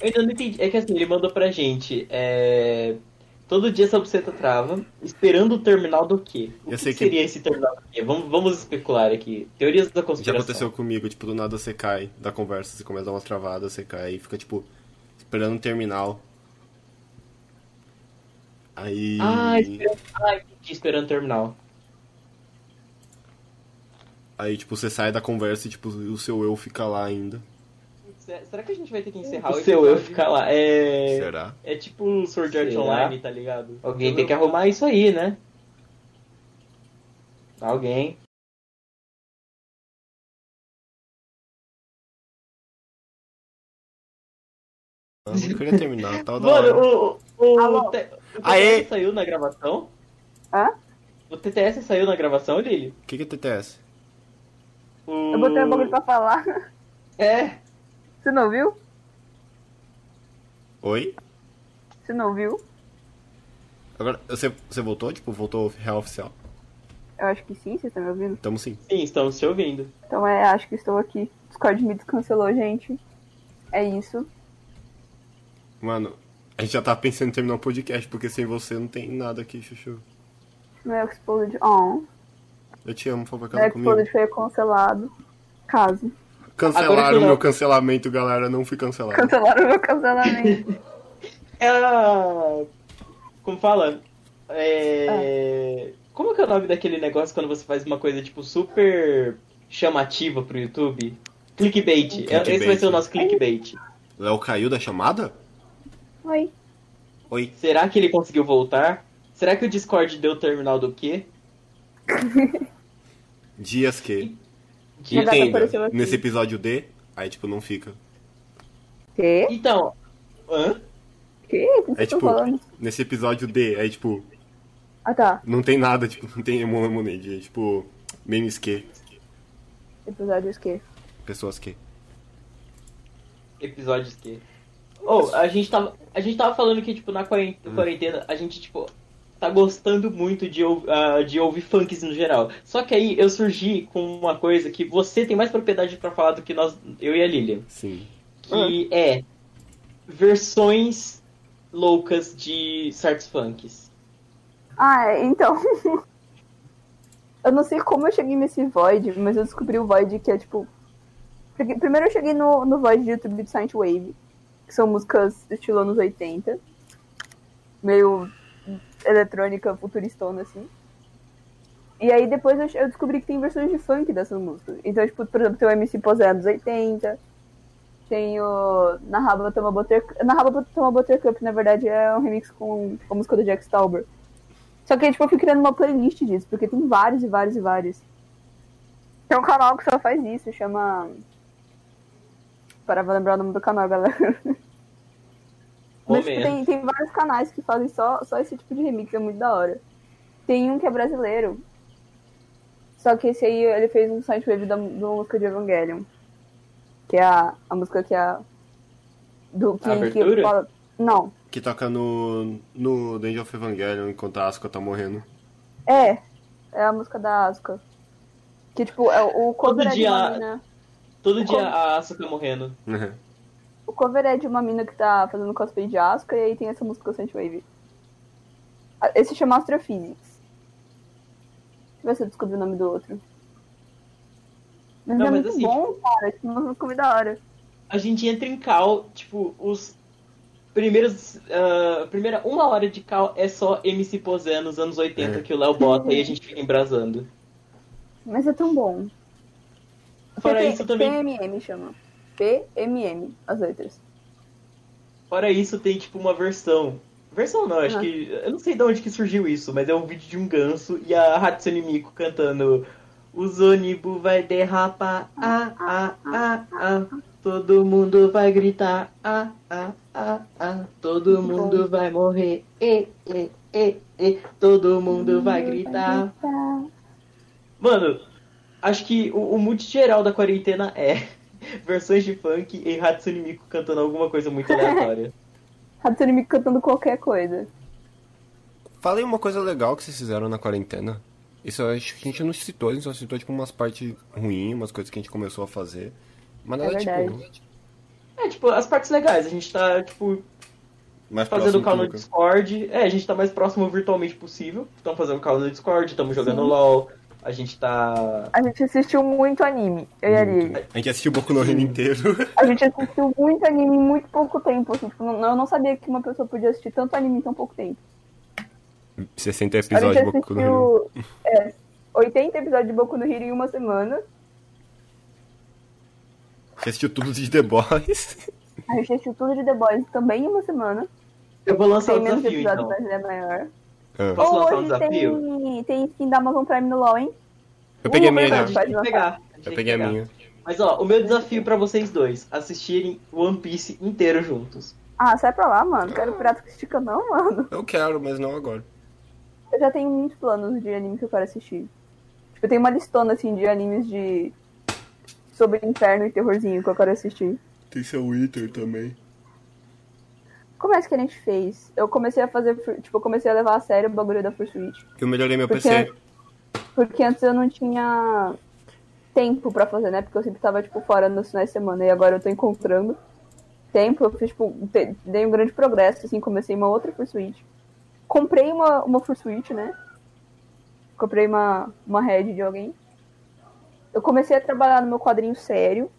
Speaker 2: Eu ainda não entendi. É que assim, ele mandou pra gente. É... Todo dia essa buceta trava, esperando o terminal do quê? O
Speaker 1: Eu
Speaker 2: que,
Speaker 1: sei
Speaker 2: que
Speaker 1: que-
Speaker 2: seria esse terminal do quê? Vamos, vamos especular aqui. Teorias da
Speaker 1: Já
Speaker 2: conspiração.
Speaker 1: aconteceu comigo, tipo, do nada você cai da conversa, você começa a dar uma travada, você cai e fica, tipo, esperando um terminal. Aí.
Speaker 2: Ah, esperando... ah, entendi, esperando o terminal.
Speaker 1: Aí, tipo, você sai da conversa e, tipo, o seu eu fica lá ainda.
Speaker 4: Se- Será que a gente vai ter que encerrar
Speaker 2: O
Speaker 4: o
Speaker 2: seu Hum, eu
Speaker 4: episódio?
Speaker 2: ficar lá. É.
Speaker 1: Será?
Speaker 4: É tipo um Sword Art
Speaker 2: Será?
Speaker 4: Online, tá ligado?
Speaker 2: Alguém
Speaker 4: Seu
Speaker 2: tem
Speaker 4: eu-
Speaker 2: que arrumar isso aí, né? Alguém.
Speaker 1: Ah, Eu não queria terminar, tal da
Speaker 2: Mano,
Speaker 1: hora.
Speaker 2: o, o,
Speaker 3: Alô?
Speaker 2: o T- o TTS
Speaker 1: Aê!
Speaker 2: saiu na gravação?
Speaker 3: Hã?
Speaker 2: O TTS saiu na gravação, Lili?
Speaker 1: O que, que é TTS?
Speaker 2: O...
Speaker 3: Eu botei a boca pra falar. [LAUGHS]
Speaker 2: É,
Speaker 3: Você não viu?
Speaker 1: Oi?
Speaker 3: Você não viu?
Speaker 1: Agora, você, você voltou? Tipo, voltou real oficial?
Speaker 3: Eu acho que sim, vocês estão me ouvindo.
Speaker 1: Tamo sim.
Speaker 2: sim, estamos te ouvindo.
Speaker 3: Então é, acho que estou aqui. Discord me descancelou, gente. É isso.
Speaker 1: Mano, a gente já tava pensando em terminar o podcast, porque sem você não tem nada aqui, Chuchu.
Speaker 3: Meu Exploded on.
Speaker 1: Eu te amo, por favor,
Speaker 2: É,
Speaker 3: Meu
Speaker 1: casa comigo.
Speaker 3: Exploded foi cancelado. Caso. [LAUGHS]
Speaker 2: Agora
Speaker 1: Cancelaram
Speaker 2: que
Speaker 1: o
Speaker 2: não.
Speaker 1: meu cancelamento, galera. Não fui cancelado.
Speaker 3: Cancelaram meu
Speaker 1: [LAUGHS]
Speaker 3: cancelamento.
Speaker 2: É
Speaker 3: Ah!
Speaker 2: a... Como fala? É...
Speaker 3: Ah.
Speaker 2: Como que é o nome daquele negócio quando você faz uma coisa, tipo, super chamativa pro YouTube? Clickbait. É- Esse vai
Speaker 1: Clickbait.
Speaker 2: ser o nosso clickbait.
Speaker 1: Léo caiu da chamada?
Speaker 3: Oi.
Speaker 1: Oi.
Speaker 2: Será que ele conseguiu voltar? Será que o Discord deu o terminal do quê?
Speaker 1: Dias que.
Speaker 2: De-
Speaker 3: Não dá pra aparecer
Speaker 1: Entenda.
Speaker 3: aqui.
Speaker 1: Nesse episódio D, aí tipo, não fica.
Speaker 3: Quê?
Speaker 2: Então... Hã?
Speaker 3: Quê? O que vocês
Speaker 1: É
Speaker 3: estão
Speaker 1: tipo,
Speaker 3: falando?
Speaker 1: nesse episódio D, aí tipo,
Speaker 3: Ah tá.
Speaker 1: não tem nada, tipo, não tem emo lemonade. É tipo, memes que,
Speaker 3: Episódios que?
Speaker 1: pessoas que.
Speaker 2: Episódios que... Oh, a gente tava, a gente tava falando que, tipo, na quaren- quarentena, a gente, tipo, tá gostando muito de, ou- ah, de ouvir funks no geral. Só que aí eu surgi com uma coisa que você tem mais propriedade pra falar do que nós, eu e a Lilian.
Speaker 1: Sim.
Speaker 3: Hum.
Speaker 2: Que é versões loucas de certos funks.
Speaker 3: Ah, é, então. [LAUGHS] eu não sei como eu cheguei nesse Void, mas eu descobri o Void que é tipo. Cheguei- Primeiro eu cheguei no, no Void de YouTube de Silent Wave, que são músicas do estilo anos 80. Meio eletrônica, futuristona, assim. E aí depois eu, che- eu descobri que tem versões de funk dessas músicas. Então, tipo, por exemplo, tem o MC Posé anos 80. Tem o Na Raba Toma Buttercup. Na Raba Toma Buttercup, na verdade, é um remix com com a música do Jack Stauber. Só que, tipo, eu fui criando uma playlist disso, porque tem vários e vários e vários. Tem um canal que só faz isso, chama. Para vou lembrar o nome do canal, galera. Mas tipo,
Speaker 2: Momento.
Speaker 3: tem, tem vários canais que fazem só, só esse tipo de remix, é muito da hora. Tem um que é brasileiro. Só que esse aí ele fez um site web da, da música de Evangelion. Que é a, a música que é. a- Do que,
Speaker 2: A abertura?
Speaker 3: que fala. Não.
Speaker 1: Que toca no. no The End of Evangelion enquanto a Asuka tá morrendo.
Speaker 3: É, é a música da Asuka. Que, tipo, é o cover
Speaker 2: Todo
Speaker 3: é de
Speaker 2: dia-
Speaker 3: uma mina.
Speaker 2: Todo dia a Asa tá morrendo.
Speaker 1: Uhum.
Speaker 3: O cover é de uma mina que tá fazendo cosplay de Asuka e aí tem essa música do Saint Wave. Ah, Esse chama Astrophysics. Deixa eu ver se eu descobri o nome do outro. Mas
Speaker 2: Não,
Speaker 3: é
Speaker 2: mas
Speaker 3: muito
Speaker 2: assim,
Speaker 3: bom, cara. Tipo, uma música muito da hora.
Speaker 2: A gente entra em cal, tipo, os primeiros. ah, primeira uma hora de cal é só MC Posé nos anos 80
Speaker 1: É.
Speaker 2: que o Léo bota e a gente fica embrasando.
Speaker 3: Mas é tão bom.
Speaker 2: Fora
Speaker 3: P-
Speaker 2: isso também.
Speaker 3: PMM chama. PMM, as letras.
Speaker 2: Fora isso, tem tipo uma versão. Versão não, acho
Speaker 3: Ah.
Speaker 2: que. Eu não sei de onde que surgiu isso, mas é um vídeo de um ganso e a Hatsune Miku cantando. Os ônibus vai derrapar, ah, ah, ah, ah. Todo mundo vai gritar, ah, ah, ah, ah. Todo
Speaker 3: Muito
Speaker 2: mundo vai morrer, eh, e, e, e, e. eh. Todo
Speaker 3: Hum,
Speaker 2: mundo vai gritar. Mano, acho que o, o mood geral da quarentena é [LAUGHS] versões de funk e Hatsune Miku cantando alguma coisa muito aleatória.
Speaker 3: Hatsune Miku cantando qualquer coisa.
Speaker 1: Falei uma coisa legal que vocês fizeram na quarentena. Isso eu acho que a gente não citou, a gente só citou tipo umas partes ruins, umas coisas que a gente começou a fazer. Mas
Speaker 3: É
Speaker 1: nada
Speaker 3: verdade.
Speaker 1: tipo.
Speaker 2: É, tipo, as partes legais. A gente tá, tipo,
Speaker 1: Mais
Speaker 2: fazendo
Speaker 1: próximo
Speaker 2: call no
Speaker 1: que nunca.
Speaker 2: Discord. É, a gente tá mais próximo virtualmente possível. Estamos fazendo call no Discord, estamos jogando LOL. A gente tá.
Speaker 3: A gente assistiu muito anime, eu e a Lili.
Speaker 1: A gente assistiu o Boku no Hero [LAUGHS] inteiro.
Speaker 3: A gente assistiu muito anime em muito pouco tempo. Assim, tipo, não- eu não sabia que uma pessoa podia assistir tanto anime em tão pouco tempo.
Speaker 1: 60
Speaker 3: A gente
Speaker 1: episódios de Boku no Hero.
Speaker 3: assistiu é, 80 episódios de Boku no Hero em uma semana.
Speaker 1: Você assistiu tudo de The Boys.
Speaker 3: A gente assistiu tudo de The Boys também em uma semana.
Speaker 2: Eu vou lançar
Speaker 3: Tem
Speaker 2: um
Speaker 3: menos
Speaker 2: desafio,
Speaker 3: episódios,
Speaker 2: então.
Speaker 3: mas ele é maior.
Speaker 1: Ah,
Speaker 2: Posso
Speaker 3: Ou
Speaker 2: lançar um
Speaker 3: hoje tem, tem skin da Amazon Prime no LoL, hein?
Speaker 1: Eu peguei a
Speaker 3: Uh,
Speaker 1: minha
Speaker 2: Verdade,
Speaker 1: já.
Speaker 2: a gente
Speaker 3: Pode
Speaker 2: tem que pegar. A
Speaker 3: lançar.
Speaker 2: gente
Speaker 1: né? Eu
Speaker 2: tem
Speaker 1: peguei
Speaker 2: que
Speaker 1: a
Speaker 2: pegar.
Speaker 1: minha.
Speaker 2: Mas ó, o meu desafio pra vocês dois: assistirem One Piece inteiro juntos.
Speaker 3: Ah, sai pra lá,
Speaker 1: [GASPS]
Speaker 3: mano. Quero pirata que estica, não, mano.
Speaker 1: Eu quero, mas não agora.
Speaker 3: Eu já tenho muitos planos de anime que eu quero assistir. Tipo, eu tenho uma listona, assim, de animes de... Sobre inferno e terrorzinho que eu quero assistir.
Speaker 1: Tem seu Wither também.
Speaker 3: Como é que a gente fez? Eu comecei a fazer... Tipo, eu comecei a levar a sério o bagulho da Pursuit.
Speaker 1: Eu melhorei meu
Speaker 3: Porque- é
Speaker 1: PC.
Speaker 3: Porque antes eu não tinha tempo pra fazer, né? Porque eu sempre tava, tipo, fora nos finais de semana. E agora eu tô encontrando tempo. Eu fiz, tipo, te- dei um grande progresso, assim. Comecei uma outra Pursuit. Comprei uma, uma Pursuit, né? Comprei uma, uma head de alguém. Eu comecei a trabalhar no meu quadrinho sério.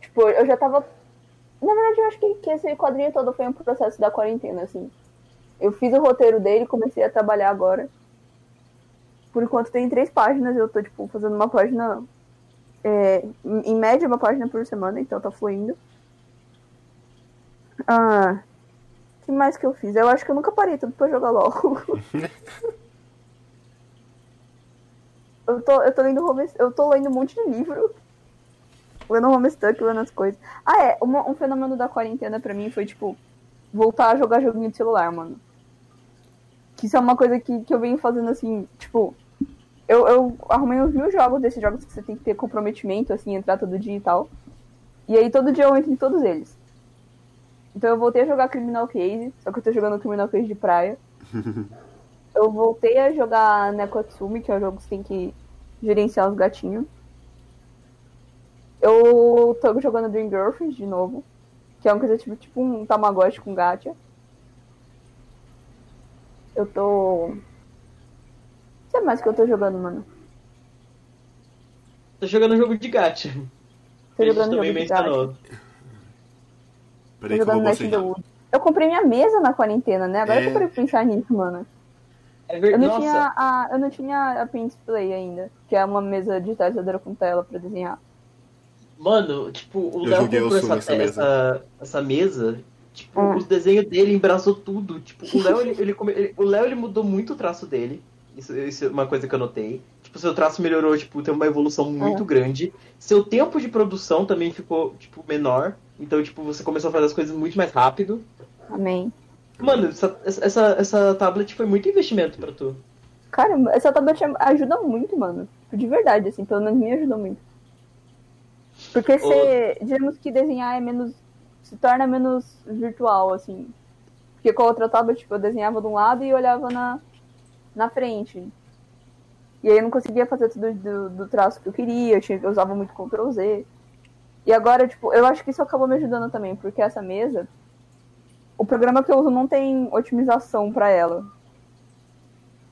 Speaker 3: Tipo, eu já tava... Na verdade, eu acho que, que esse quadrinho todo foi um processo da quarentena, assim. Eu fiz o roteiro dele, comecei a trabalhar agora. Por enquanto tem três páginas, eu tô, tipo, fazendo uma página. é, em- em média, uma página por semana, então tá fluindo. Ah. O que mais que eu fiz? Eu acho que eu nunca parei tudo pra jogar LOL. eu, tô, eu tô lendo Homer, Eu tô lendo um monte de livro. Lendo Homestuck, lendo as coisas. Ah, é. uma- um fenômeno da quarentena pra mim foi, tipo, voltar a jogar joguinho de celular, mano. Que isso é uma coisa que, que eu venho fazendo assim, tipo. Eu, eu arrumei uns mil jogos desses jogos que você tem que ter comprometimento, assim, entrar todo dia e tal. E aí todo dia eu entro em todos eles. Então eu voltei a jogar Criminal Case, só que eu tô jogando Criminal Case de praia. eu voltei a jogar Nekotsumi, que é o jogo que você tem que gerenciar os gatinhos. Eu tô jogando Dream Girlfriend de novo, que é um coisa tipo, tipo um Tamagotchi com gacha. Eu tô. Não sei mais o que eu tô jogando, mano.
Speaker 2: Tô jogando jogo de gacha.
Speaker 3: Tô
Speaker 2: a gente
Speaker 3: jogando
Speaker 2: também
Speaker 3: jogo de gacha.
Speaker 2: mencionou.
Speaker 3: Tô jogando Night in the Woods. Eu comprei minha mesa na quarentena, né? Agora
Speaker 1: É.
Speaker 3: que eu parei pra pensar nisso, mano.
Speaker 2: É
Speaker 3: Eu
Speaker 2: verdade.
Speaker 3: não,
Speaker 2: Nossa,
Speaker 3: tinha a, eu não tinha a Pin Display ainda, que é uma mesa digitalizadora com tela pra desenhar.
Speaker 2: Mano, tipo, o
Speaker 1: Eu
Speaker 2: Léo
Speaker 1: joguei o
Speaker 2: comprou
Speaker 1: Sul nessa
Speaker 2: essa,
Speaker 1: mesa.
Speaker 2: essa, essa mesa, tipo,
Speaker 3: Hum.
Speaker 2: os desenhos dele embraçou tudo. Tipo, o Léo, ele, ele come- ele- o Léo, ele mudou muito o traço dele. Isso, isso é uma coisa que eu notei. Tipo, seu traço melhorou, tipo, tem uma evolução muito grande. Seu tempo de produção também ficou, tipo, menor. Então, tipo, você começou a fazer as coisas muito mais rápido.
Speaker 3: Amém.
Speaker 1: Uhum.
Speaker 2: Mano, essa, essa, essa tablet foi muito investimento pra tu.
Speaker 3: Cara, essa tablet ajuda muito, mano. De verdade, assim, pelo menos me ajudou muito. Porque se, digamos que desenhar é menos, se torna menos virtual, assim. Porque com a outra tablet, tipo, eu desenhava de um lado e olhava na, na frente. E aí eu não conseguia fazer tudo do, do traço que eu queria, eu, tinha, eu usava muito Ctrl Z. E agora, tipo, eu acho que isso acabou me ajudando também, porque essa mesa, o programa que eu uso não tem otimização para ela.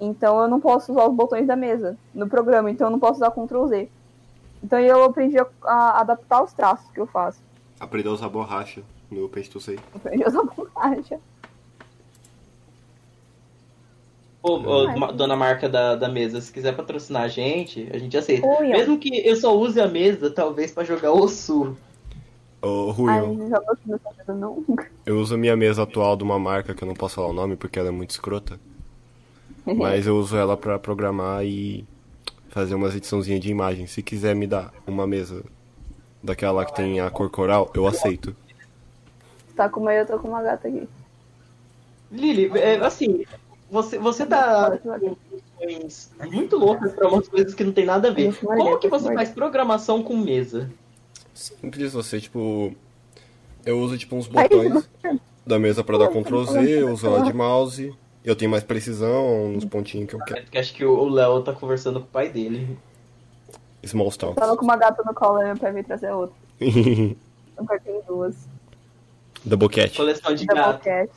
Speaker 3: Então eu não posso usar os botões da mesa no programa, então eu não posso usar Ctrl Z. Então eu aprendi a, a adaptar os traços que eu faço.
Speaker 1: Aprender a usar borracha no Paint to Save.
Speaker 3: Aprendi a usar [LAUGHS] borracha.
Speaker 2: Ô, ô,
Speaker 3: é
Speaker 2: ma- dona marca da, da mesa, se quiser patrocinar a gente, a gente aceita.
Speaker 3: Ui, ó.
Speaker 2: Mesmo que eu só use a mesa, talvez, pra jogar o Sul.
Speaker 1: Ô, Rui,
Speaker 3: Ai,
Speaker 1: eu-
Speaker 3: não joga aqui no computador, não.
Speaker 1: eu uso a minha mesa atual de uma marca que eu não posso falar o nome porque ela é muito escrota.
Speaker 3: Uhum.
Speaker 1: Mas eu uso ela pra programar e fazer umas ediçãozinhas de imagem. Se quiser me dar uma mesa daquela lá que tem a cor coral, eu aceito.
Speaker 3: [LAUGHS] Tá com uma eu tô com uma gata aqui.
Speaker 2: Lili, é, assim, você, você tá com opções muito loucas pra umas coisas que não tem nada a ver. Como que você faz programação com mesa?
Speaker 1: Simples você, tipo. Eu uso tipo uns
Speaker 3: Ai,
Speaker 1: botões da mesa pra dar Ctrl Z, eu uso ela de mouse. Eu tenho mais precisão nos pontinhos que eu quero.
Speaker 2: É porque acho que o Léo tá conversando com o pai dele.
Speaker 1: Small
Speaker 3: Tava
Speaker 1: Stalks.
Speaker 3: com uma gata no colo, aí meu pai veio
Speaker 1: [LAUGHS]
Speaker 3: trazer outra. Eu cortei duas.
Speaker 1: Double Cat.
Speaker 2: Coleção de
Speaker 3: Double
Speaker 2: gato.
Speaker 3: cat.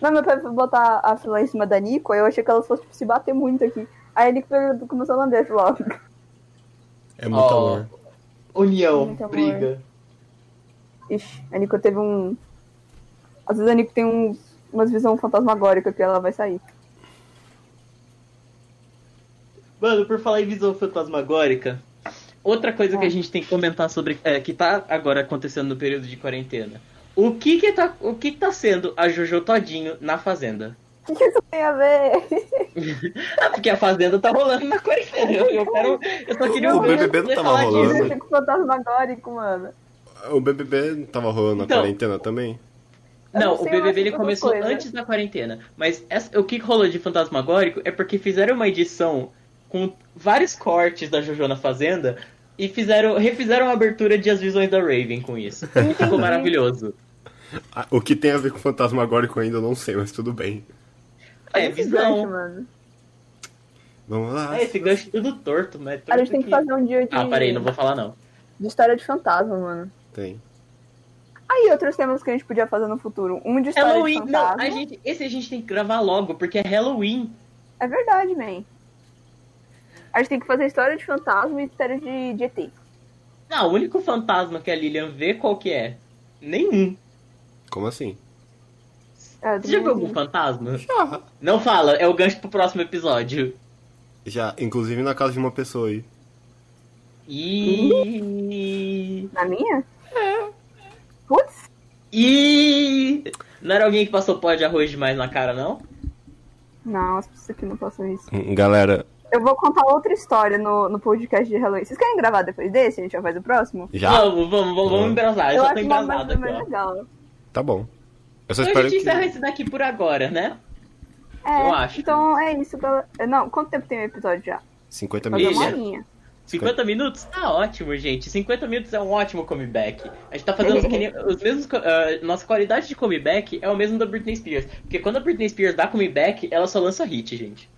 Speaker 3: Não, meu pai foi botar a fila em cima da Nico, aí eu achei que elas fossem tipo, se bater muito aqui. Aí a Nico pegou- começou a lamber logo.
Speaker 1: É muito
Speaker 2: Ó.
Speaker 1: amor.
Speaker 2: União,
Speaker 3: Muito amor.
Speaker 2: briga.
Speaker 3: Ixi, a Nico teve um. Às vezes a Nico tem um... umas visão fantasmagórica que ela vai sair.
Speaker 2: Mano, por falar em visão fantasmagórica, outra coisa que a gente tem que comentar sobre. é, que tá agora acontecendo no período de quarentena. O que que tá, o que que tá sendo a Jojo Todinho na Fazenda?
Speaker 3: O que que isso tem a ver?
Speaker 2: Ah, porque a Fazenda tá rolando na quarentena. Eu, eu quero, eu só queria
Speaker 1: O
Speaker 2: ouvir
Speaker 1: BBB não
Speaker 2: você
Speaker 1: tava
Speaker 2: falar disso.
Speaker 1: rolando. né?
Speaker 3: Eu fico fantasmagórico, mano.
Speaker 1: O BBB tava rolando na
Speaker 2: Então.
Speaker 1: quarentena também?
Speaker 3: Eu
Speaker 2: Não,
Speaker 3: não
Speaker 2: o
Speaker 3: sei, eu
Speaker 2: BBB
Speaker 3: acho
Speaker 2: ele
Speaker 3: que
Speaker 2: começou
Speaker 3: outra coisa.
Speaker 2: antes da quarentena. Mas essa- o que rolou de Fantasmagórico é porque fizeram uma edição com vários cortes da Jojo na Fazenda e fizeram, refizeram a abertura de As Visões da Raven com isso. Ficou maravilhoso.
Speaker 1: Ah, O que tem a ver com fantasmagórico ainda eu não sei, mas tudo bem.
Speaker 2: É,
Speaker 3: Esse gancho,
Speaker 2: visão.
Speaker 3: mano.
Speaker 1: Vamos lá.
Speaker 2: É, esse gancho tudo torto, mas torto
Speaker 3: A gente tem que fazer um dia de,
Speaker 2: Ah, parei, não vou falar não.
Speaker 3: de história de fantasma, mano.
Speaker 1: Tem.
Speaker 3: Aí, outros temas que a gente podia fazer no futuro. Um de história
Speaker 2: Halloween,
Speaker 3: de
Speaker 2: não,
Speaker 3: fantasma.
Speaker 2: a gente, esse a gente tem que gravar logo, porque é Halloween.
Speaker 3: É verdade, man. A gente tem que fazer história de fantasma e história de, de ET.
Speaker 2: Não, Ah, o único fantasma que a Lilian vê qual que é? Nenhum.
Speaker 1: Como assim?
Speaker 3: É,
Speaker 2: Você já viu algum fantasma? Não fala, é o gancho pro próximo episódio.
Speaker 1: Já, inclusive na casa de uma pessoa aí.
Speaker 2: E...
Speaker 3: Na minha? É.
Speaker 2: É.
Speaker 3: Putz,
Speaker 2: E... Não era alguém que passou pó de arroz demais na cara, não?
Speaker 3: não, as pessoas aqui não passam isso.
Speaker 1: Hum, Galera,
Speaker 3: Eu vou contar outra história no, no podcast de Halloween. Vocês querem gravar depois desse? A gente já faz o próximo?
Speaker 1: já?
Speaker 2: Vamos, vamos, vamos, vamos
Speaker 1: Hum.
Speaker 2: embrasar. Eu,
Speaker 3: Eu
Speaker 2: já tô
Speaker 3: acho uma mais
Speaker 2: embrasado aqui, ó.
Speaker 3: legal.
Speaker 1: Tá bom. Eu só
Speaker 2: Então a
Speaker 1: espero
Speaker 2: gente
Speaker 1: que.
Speaker 2: encerra esse daqui por agora, né?
Speaker 3: É,
Speaker 2: Eu acho.
Speaker 3: Então é isso, galera. Não, quanto tempo tem o episódio já?
Speaker 1: 50
Speaker 3: Fazer
Speaker 1: minutos.
Speaker 3: uma
Speaker 2: Milha.
Speaker 3: horinha. [LAUGHS]
Speaker 2: 50 minutos? Tá ótimo, gente. 50 minutos é um ótimo comeback. A gente tá [LAUGHS] fazendo os, que nem- os mesmos... co- ah, nossa qualidade de comeback é o mesmo da Britney Spears. Porque quando a Britney Spears dá comeback, ela só lança hit, gente.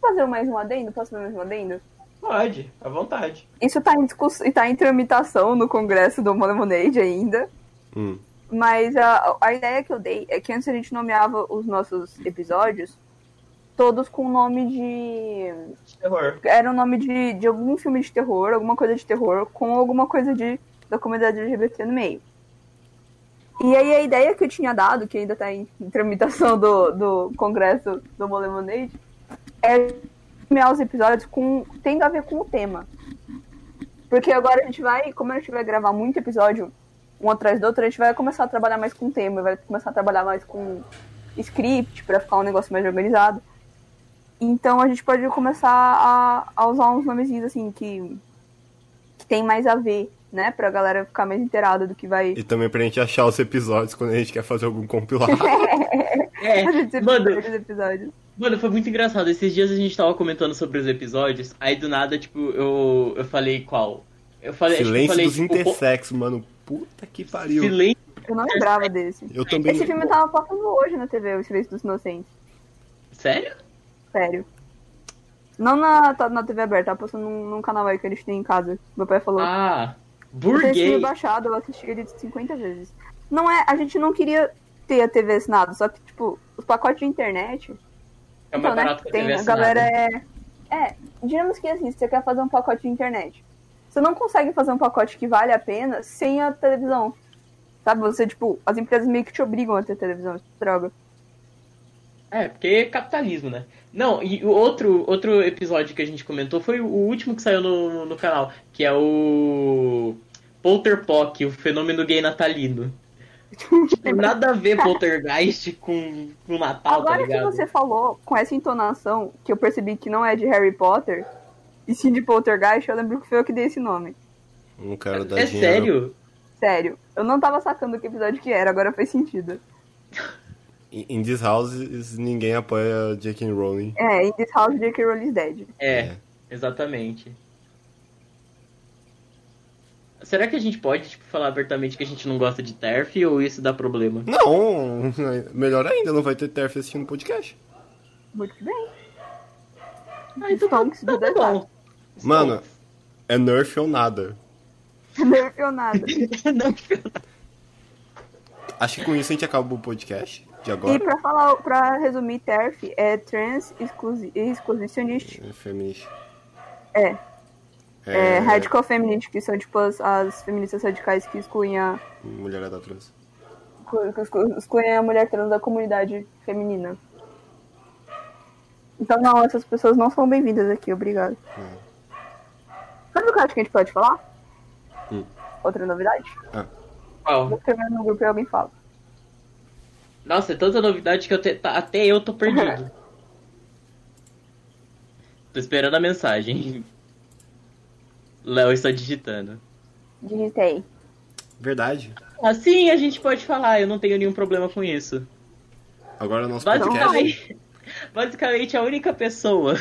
Speaker 3: fazer mais um adendo? Posso fazer mais um adendo?
Speaker 2: Pode, à vontade.
Speaker 3: Isso tá em, discuss... tá em tramitação no Congresso do Uma Lemonade ainda.
Speaker 1: Hum.
Speaker 3: Mas a, a ideia que eu dei é que antes a gente nomeava os nossos episódios todos com nome de.
Speaker 2: Terror.
Speaker 3: Era o nome de, de algum filme de terror, alguma coisa de terror, com alguma coisa de, da comunidade LGBT no meio. E aí a ideia que eu tinha dado, que ainda tá em, em tramitação do, do Congresso do Molemonade, é nomear os episódios com. tendo a ver com o tema. Porque agora a gente vai, como a gente vai gravar muito episódio um atrás do outro, a gente vai começar a trabalhar mais com tema, vai começar a trabalhar mais com script pra ficar um negócio mais organizado. Então a gente pode começar a, a usar uns nomezinhos assim que, que tem mais a ver, né? Pra galera ficar mais inteirada do que vai.
Speaker 1: E também pra gente achar os episódios quando a gente quer fazer algum
Speaker 2: [LAUGHS]
Speaker 1: compilado.
Speaker 2: É,
Speaker 3: A [LAUGHS] gente sempre
Speaker 2: mano,
Speaker 3: faz os episódios.
Speaker 2: Mano, foi muito engraçado. Esses dias a gente tava comentando sobre os episódios, aí do nada, tipo, eu, eu falei qual? Eu falei, acho que eu
Speaker 1: Silêncio
Speaker 2: falei,
Speaker 1: dos
Speaker 2: tipo,
Speaker 1: intersexos, mano. Puta que
Speaker 2: o-
Speaker 1: pariu.
Speaker 2: Silêncio.
Speaker 3: Eu não lembrava desse.
Speaker 1: Eu também.
Speaker 3: Esse filme tava passando hoje na TV, O Silêncio dos Inocentes.
Speaker 2: Sério?
Speaker 3: Sério. Não na, tá na TV aberta, tava passando num, num canal aí que eles têm em casa. Meu pai falou.
Speaker 2: Ah,
Speaker 3: Eu tenho
Speaker 2: Burguês.
Speaker 3: filme baixado, eu assisti ele 50 vezes. Não é, a gente não queria ter a TV assinada, só que, tipo, os pacotes de internet.
Speaker 2: É
Speaker 3: então,
Speaker 2: mais
Speaker 3: né,
Speaker 2: barato que a
Speaker 3: tem,
Speaker 2: TV
Speaker 3: a
Speaker 2: assinada.
Speaker 3: galera é. É, digamos que assim, se você quer fazer um pacote de internet, você não consegue fazer um pacote que vale a pena sem a televisão. Sabe, você, tipo, as empresas meio que te obrigam a ter televisão, isso é droga.
Speaker 2: Tá É, porque é capitalismo, né? Não, e o outro, outro episódio que a gente comentou foi o último que saiu no, no canal, que é o Polterpock, o fenômeno gay natalino.
Speaker 3: [LAUGHS]
Speaker 2: Tipo, nada a ver poltergeist com, com Natal, tá
Speaker 3: Agora que
Speaker 2: ligado?
Speaker 3: você falou com essa entonação, que eu percebi que não é de Harry Potter, e sim de Poltergeist, eu lembro que foi eu que dei esse nome.
Speaker 1: Não quero dar
Speaker 2: É
Speaker 1: dinheiro.
Speaker 2: sério?
Speaker 3: Sério, eu não tava sacando que episódio que era, agora faz sentido.
Speaker 1: In in this house, is- ninguém apoia J.K. Rowling.
Speaker 3: É, In This House, J.K. Rowling is Dead.
Speaker 2: É, exatamente. Será que a gente pode tipo, falar abertamente que a gente não gosta de TERF ou isso dá problema?
Speaker 1: Não, [LAUGHS] melhor ainda, não vai ter TERF assistindo podcast.
Speaker 3: Muito bem. [LAUGHS]
Speaker 2: Ah, então tá,
Speaker 3: Stonks do
Speaker 2: tá bom.
Speaker 1: Mano, é nerf ou nada.
Speaker 3: Nerf ou é nada.
Speaker 2: [LAUGHS] Não, [LAUGHS]
Speaker 1: Acho que com isso a gente acaba o podcast de
Speaker 3: E
Speaker 1: agora.
Speaker 3: pra falar, pra resumir, TERF é trans exclusi exclusionist,
Speaker 1: É Feminista.
Speaker 3: É. é,
Speaker 1: É,
Speaker 3: radical feminist, que são tipo as, as feministas radicais que excluem a,
Speaker 1: Mulherada trans.
Speaker 3: que exclu- excluem a mulher trans da comunidade feminina. Então não, essas pessoas não são bem-vindas aqui, obrigado.
Speaker 1: É.
Speaker 3: Sabe o que eu acho que a gente pode falar?
Speaker 1: Hum.
Speaker 3: Outra novidade? Vou
Speaker 2: qual?
Speaker 3: escrever no grupo e alguém fala.
Speaker 2: Nossa, é tanta novidade que eu te- tá- até eu tô perdido. [LAUGHS] tô esperando a mensagem. Léo está digitando.
Speaker 3: Digitei.
Speaker 1: Verdade.
Speaker 2: Assim a gente pode falar, eu não tenho nenhum problema com isso.
Speaker 1: Agora é o nosso podcast,
Speaker 2: Basicamente, [LAUGHS] basicamente a única pessoa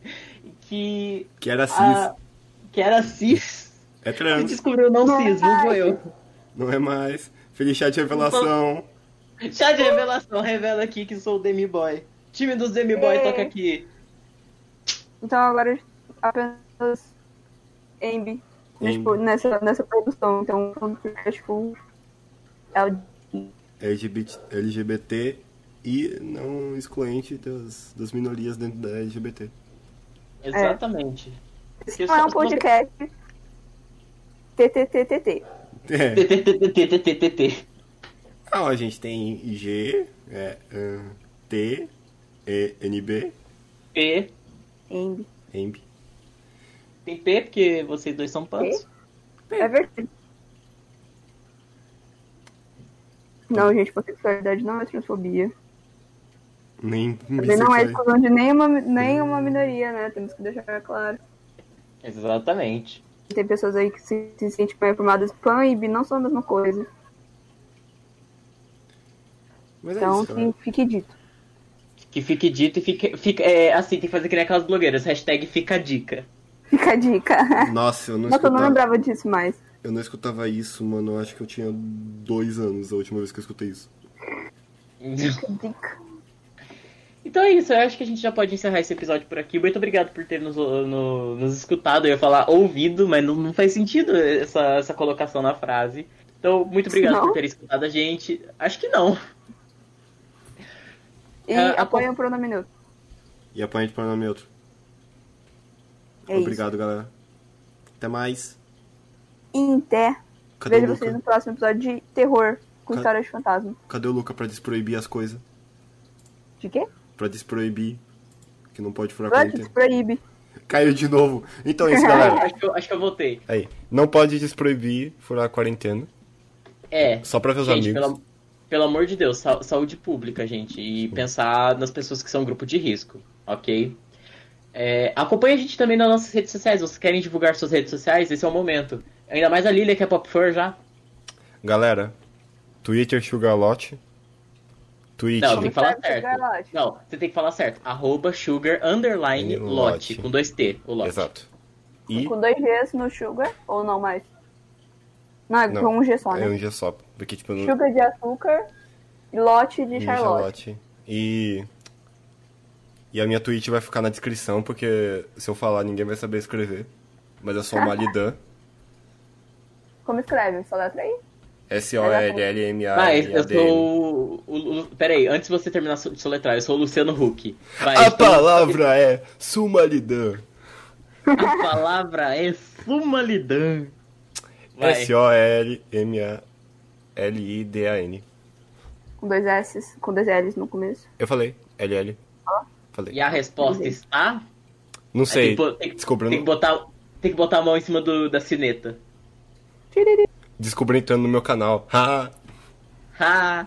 Speaker 2: [LAUGHS] que,
Speaker 1: que era cis,
Speaker 2: a- que era cis
Speaker 1: é
Speaker 2: e
Speaker 1: trans,
Speaker 2: descobriu não cis, não sou eu.
Speaker 1: não é mais. Feliz chat de revelação.
Speaker 2: [LAUGHS] Chá de revelação, revela aqui que sou o Demi Boy. Time dos Demi Boy
Speaker 3: É.
Speaker 2: toca aqui.
Speaker 3: Então agora apenas Embi
Speaker 1: Embi.
Speaker 3: tipo, nessa, nessa produção. Então, tipo, é o
Speaker 1: LGBT, LGBT e não excluente das, das minorias dentro da LGBT.
Speaker 2: Exatamente.
Speaker 3: Esse não é um podcast. TTTTT.
Speaker 1: [LAUGHS] É.
Speaker 2: TTTTTTTT.
Speaker 1: Então, a gente tem IG, é, ahn, T, E, NB,
Speaker 2: P.
Speaker 3: Embi.
Speaker 1: EMB.
Speaker 2: Tem P, porque vocês dois são pãs.
Speaker 3: É verdade. Não, gente, homossexualidade não é transfobia.
Speaker 1: Nem
Speaker 3: Também não é
Speaker 1: bissexuais.
Speaker 3: exclusão de nenhuma, nenhuma minoria, né? Temos que deixar claro.
Speaker 2: Exatamente.
Speaker 3: Tem pessoas aí que se, se sentem bem informadas. Pan e bi não são a mesma coisa.
Speaker 1: Mas é
Speaker 3: Então,
Speaker 1: isso, galera.
Speaker 3: sim, fique dito.
Speaker 2: Que fique dito e fique. fica- é, assim, tem que fazer que nem aquelas blogueiras. Hashtag fica a dica.
Speaker 3: Fica a dica.
Speaker 1: Nossa, eu não,
Speaker 3: Nossa, eu não
Speaker 1: escutava,
Speaker 3: lembrava disso mais.
Speaker 1: eu não escutava isso, mano. Eu acho que eu tinha dois anos a última vez que eu escutei isso.
Speaker 3: Dica.
Speaker 2: Então é isso, eu acho que a gente já pode encerrar esse episódio por aqui. Muito obrigado por ter nos, no- nos escutado. Eu ia falar ouvido, mas não, não faz sentido essa, essa colocação na frase. Então, muito obrigado
Speaker 3: Não.
Speaker 2: por ter escutado a gente. Acho que não.
Speaker 3: E
Speaker 2: É, a
Speaker 3: apoia o pronome neutro.
Speaker 1: E apanha para nome outro.
Speaker 3: É isso.
Speaker 1: Obrigado, galera. Até mais.
Speaker 3: Inter.
Speaker 1: Cadê
Speaker 3: Vejo
Speaker 1: o Luca?
Speaker 3: vocês no próximo episódio de terror com
Speaker 1: Ca-
Speaker 3: história de fantasma.
Speaker 1: Cadê o Luca pra desproibir as coisas?
Speaker 3: De quê?
Speaker 1: Pra desproibir. Que não pode furar a
Speaker 3: Pronto,
Speaker 1: quarentena.
Speaker 3: proíbe.
Speaker 1: Caiu de novo. Então é isso, galera.
Speaker 3: [LAUGHS]
Speaker 2: Acho que eu, acho que eu voltei.
Speaker 1: Aí. Não pode desproibir furar a quarentena.
Speaker 2: É.
Speaker 1: Só pra ver os
Speaker 2: Gente,
Speaker 1: amigos.
Speaker 2: pelo, pelo amor de Deus, sa- saúde pública, gente. E pensar nas pessoas que são um grupo de risco, ok? É, acompanha a gente também nas nossas redes sociais. Vocês querem divulgar suas redes sociais? Esse é o momento. Ainda mais a Lilia, que é pop fur já.
Speaker 1: Galera, Twitter Sugarlot. Twitch.
Speaker 2: Não, tem que falar
Speaker 3: Sabe,
Speaker 2: certo.
Speaker 3: Sugarlote.
Speaker 2: Não, você tem que falar certo. Arroba sugar underline
Speaker 1: Lote.
Speaker 2: lote, com dois T, o lote.
Speaker 1: Exato. E
Speaker 3: Com dois Gs no Sugar, ou não mais? Não, é
Speaker 1: Não,
Speaker 3: com um G só,
Speaker 1: é um
Speaker 3: né?
Speaker 1: dia só. Porque, tipo, no
Speaker 3: Sugar de açúcar e lote de
Speaker 1: no
Speaker 3: Charlotte.
Speaker 1: Charlotte. E. E a minha Twitch vai ficar na descrição, porque se eu falar ninguém vai saber escrever. Mas é só Malidan.
Speaker 3: Como escreve? Só letra aí.
Speaker 1: S-O-L-L-M-A.
Speaker 2: Vai, eu sou. O, o, o- peraí, antes de você terminar de soletrar, eu sou o Luciano Huck. Vai,
Speaker 1: A
Speaker 2: então,
Speaker 1: palavra é Sumalidã.
Speaker 2: a palavra é Sumalidan.
Speaker 1: É,
Speaker 2: Vai.
Speaker 1: S-O-L-M-A-L-I-D-A-N.
Speaker 3: Com dois S, com dois L's no começo.
Speaker 1: Eu falei, LL. Falei.
Speaker 2: E a resposta
Speaker 3: Uhum.
Speaker 2: está.
Speaker 1: Não
Speaker 2: Aí
Speaker 1: sei,
Speaker 2: tem que bo- tem que-
Speaker 1: descobrindo,
Speaker 2: Tem que botar, tem que botar a mão em cima do, da sineta.
Speaker 3: Tiriri.
Speaker 1: descobrindo entrando no meu canal. [LAUGHS] Ah,
Speaker 2: Ha!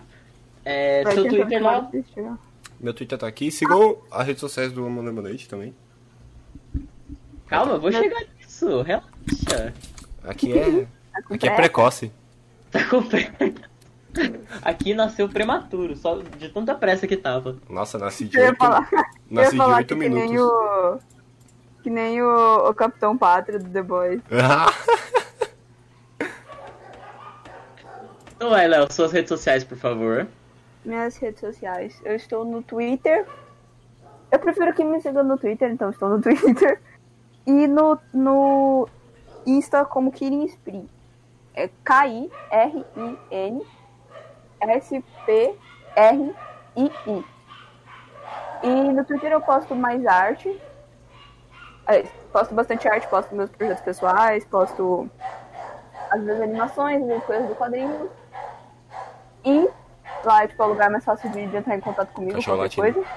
Speaker 2: É,
Speaker 3: Vai,
Speaker 2: seu
Speaker 3: tenta
Speaker 2: Twitter
Speaker 3: chamar
Speaker 2: lá.
Speaker 3: de tio.
Speaker 1: meu Twitter tá aqui. Sigam as redes sociais do Amor Lemonade também.
Speaker 2: Calma, eu vou chegar nisso. Relaxa. [LAUGHS]
Speaker 1: Aqui é,
Speaker 3: com
Speaker 1: aqui é
Speaker 3: pressa.
Speaker 1: precoce.
Speaker 2: Tá com pressa. Aqui nasceu prematuro, só de tanta pressa que tava.
Speaker 1: Nossa, nasci de
Speaker 3: Eu ia
Speaker 1: oito
Speaker 3: falar, eu ia
Speaker 1: nasci de
Speaker 3: falar
Speaker 1: oito
Speaker 3: que,
Speaker 1: minutos.
Speaker 3: nem o. Que nem o, o Capitão Pátria do The Boys.
Speaker 2: Então vai, Léo, suas redes sociais, por favor.
Speaker 3: Minhas redes sociais. Eu estou no Twitter. Eu prefiro que me sigam no Twitter, então estou no [LAUGHS] Twitter. E no, no Insta como Kirin Spree. É K-I-R-I-N S-P-R-I-I. E no Twitter eu posto mais arte. É, posto bastante arte, posto meus projetos pessoais, posto às vezes animações, às vezes coisas do quadrinho. E lá é tipo o lugar mais fácil de, de entrar em contato comigo,
Speaker 1: Cachorro
Speaker 3: qualquer
Speaker 1: latindo.
Speaker 3: coisa.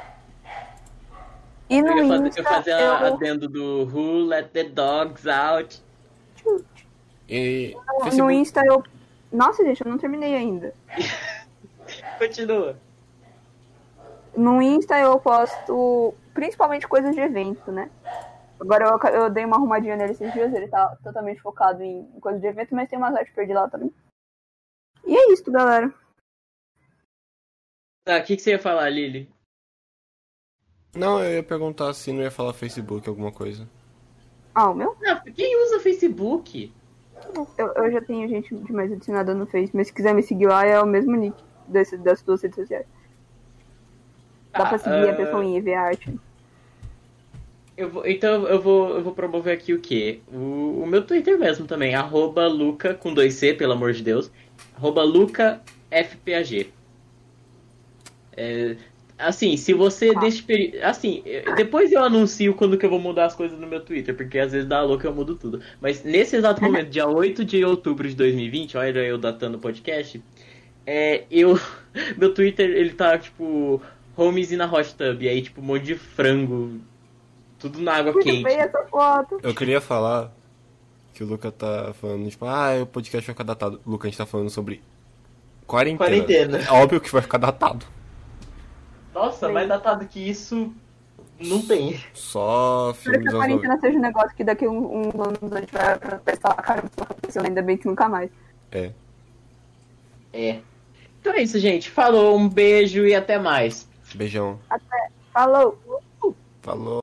Speaker 3: E
Speaker 2: Eu
Speaker 3: no
Speaker 2: ia fazer,
Speaker 3: Insta,
Speaker 2: eu fazer a
Speaker 3: tá, eu-
Speaker 2: adendo do Who Let the Dogs Out.
Speaker 1: [LAUGHS] e
Speaker 3: no
Speaker 1: Facebook,
Speaker 3: Insta eu... Nossa, gente, eu não terminei ainda.
Speaker 2: Continua.
Speaker 3: No Insta eu posto principalmente coisas de evento, né? Agora eu, aca- eu dei uma arrumadinha nele esses dias, ele tá totalmente focado em coisas de evento, mas tem umas artes perdidas lá também. E é isso, galera.
Speaker 2: Tá, o que, que você ia falar, Lili?
Speaker 1: Não, eu ia perguntar se não ia falar Facebook alguma coisa.
Speaker 3: Ah, o meu?
Speaker 2: Ah, quem usa Facebook?
Speaker 3: Eu, eu já tenho gente demais adicionada no Face, mas se quiser me seguir lá é o mesmo nick desse, das duas redes sociais. Dá
Speaker 2: Tá,
Speaker 3: pra seguir
Speaker 2: ah,
Speaker 3: a pessoinha e ver a arte.
Speaker 2: Eu vou- então eu vou, eu vou promover aqui o quê? O, o meu Twitter mesmo também, arroba Luca com 2C, pelo amor de Deus. Arroba Luca FPAG. É, assim, se você
Speaker 3: Tá.
Speaker 2: deixa. peri- Assim, eh, depois eu anuncio quando que eu vou mudar as coisas no meu Twitter, porque às vezes dá louca eu mudo tudo. Mas nesse exato momento, dia 8 de outubro de 2020, olha eu datando o podcast. É, eu. [LAUGHS] Meu Twitter, ele tá tipo. Homes in a hot tub, e aí tipo um monte de frango. Tudo na água
Speaker 3: Muito bem assim.
Speaker 2: quente.
Speaker 3: essa foto.
Speaker 1: Eu queria falar que o Luca tá falando, tipo, ah, o podcast vai ficar datado. Luca, a gente tá falando sobre quarentena.
Speaker 4: Quarentena.
Speaker 1: É óbvio que vai ficar datado.
Speaker 2: Nossa, mais datado que isso não tem.
Speaker 1: Só
Speaker 3: Espero
Speaker 1: filmes
Speaker 3: que a
Speaker 1: aos noventa.
Speaker 3: quarentena seja um negócio que daqui a um- uns anos a gente vai pra- pra falar, cara, isso aconteceu, ainda bem que nunca mais.
Speaker 1: É.
Speaker 2: É. Então é isso, gente. Falou, um beijo e até mais.
Speaker 1: Beijão.
Speaker 3: Falou!
Speaker 1: Falou.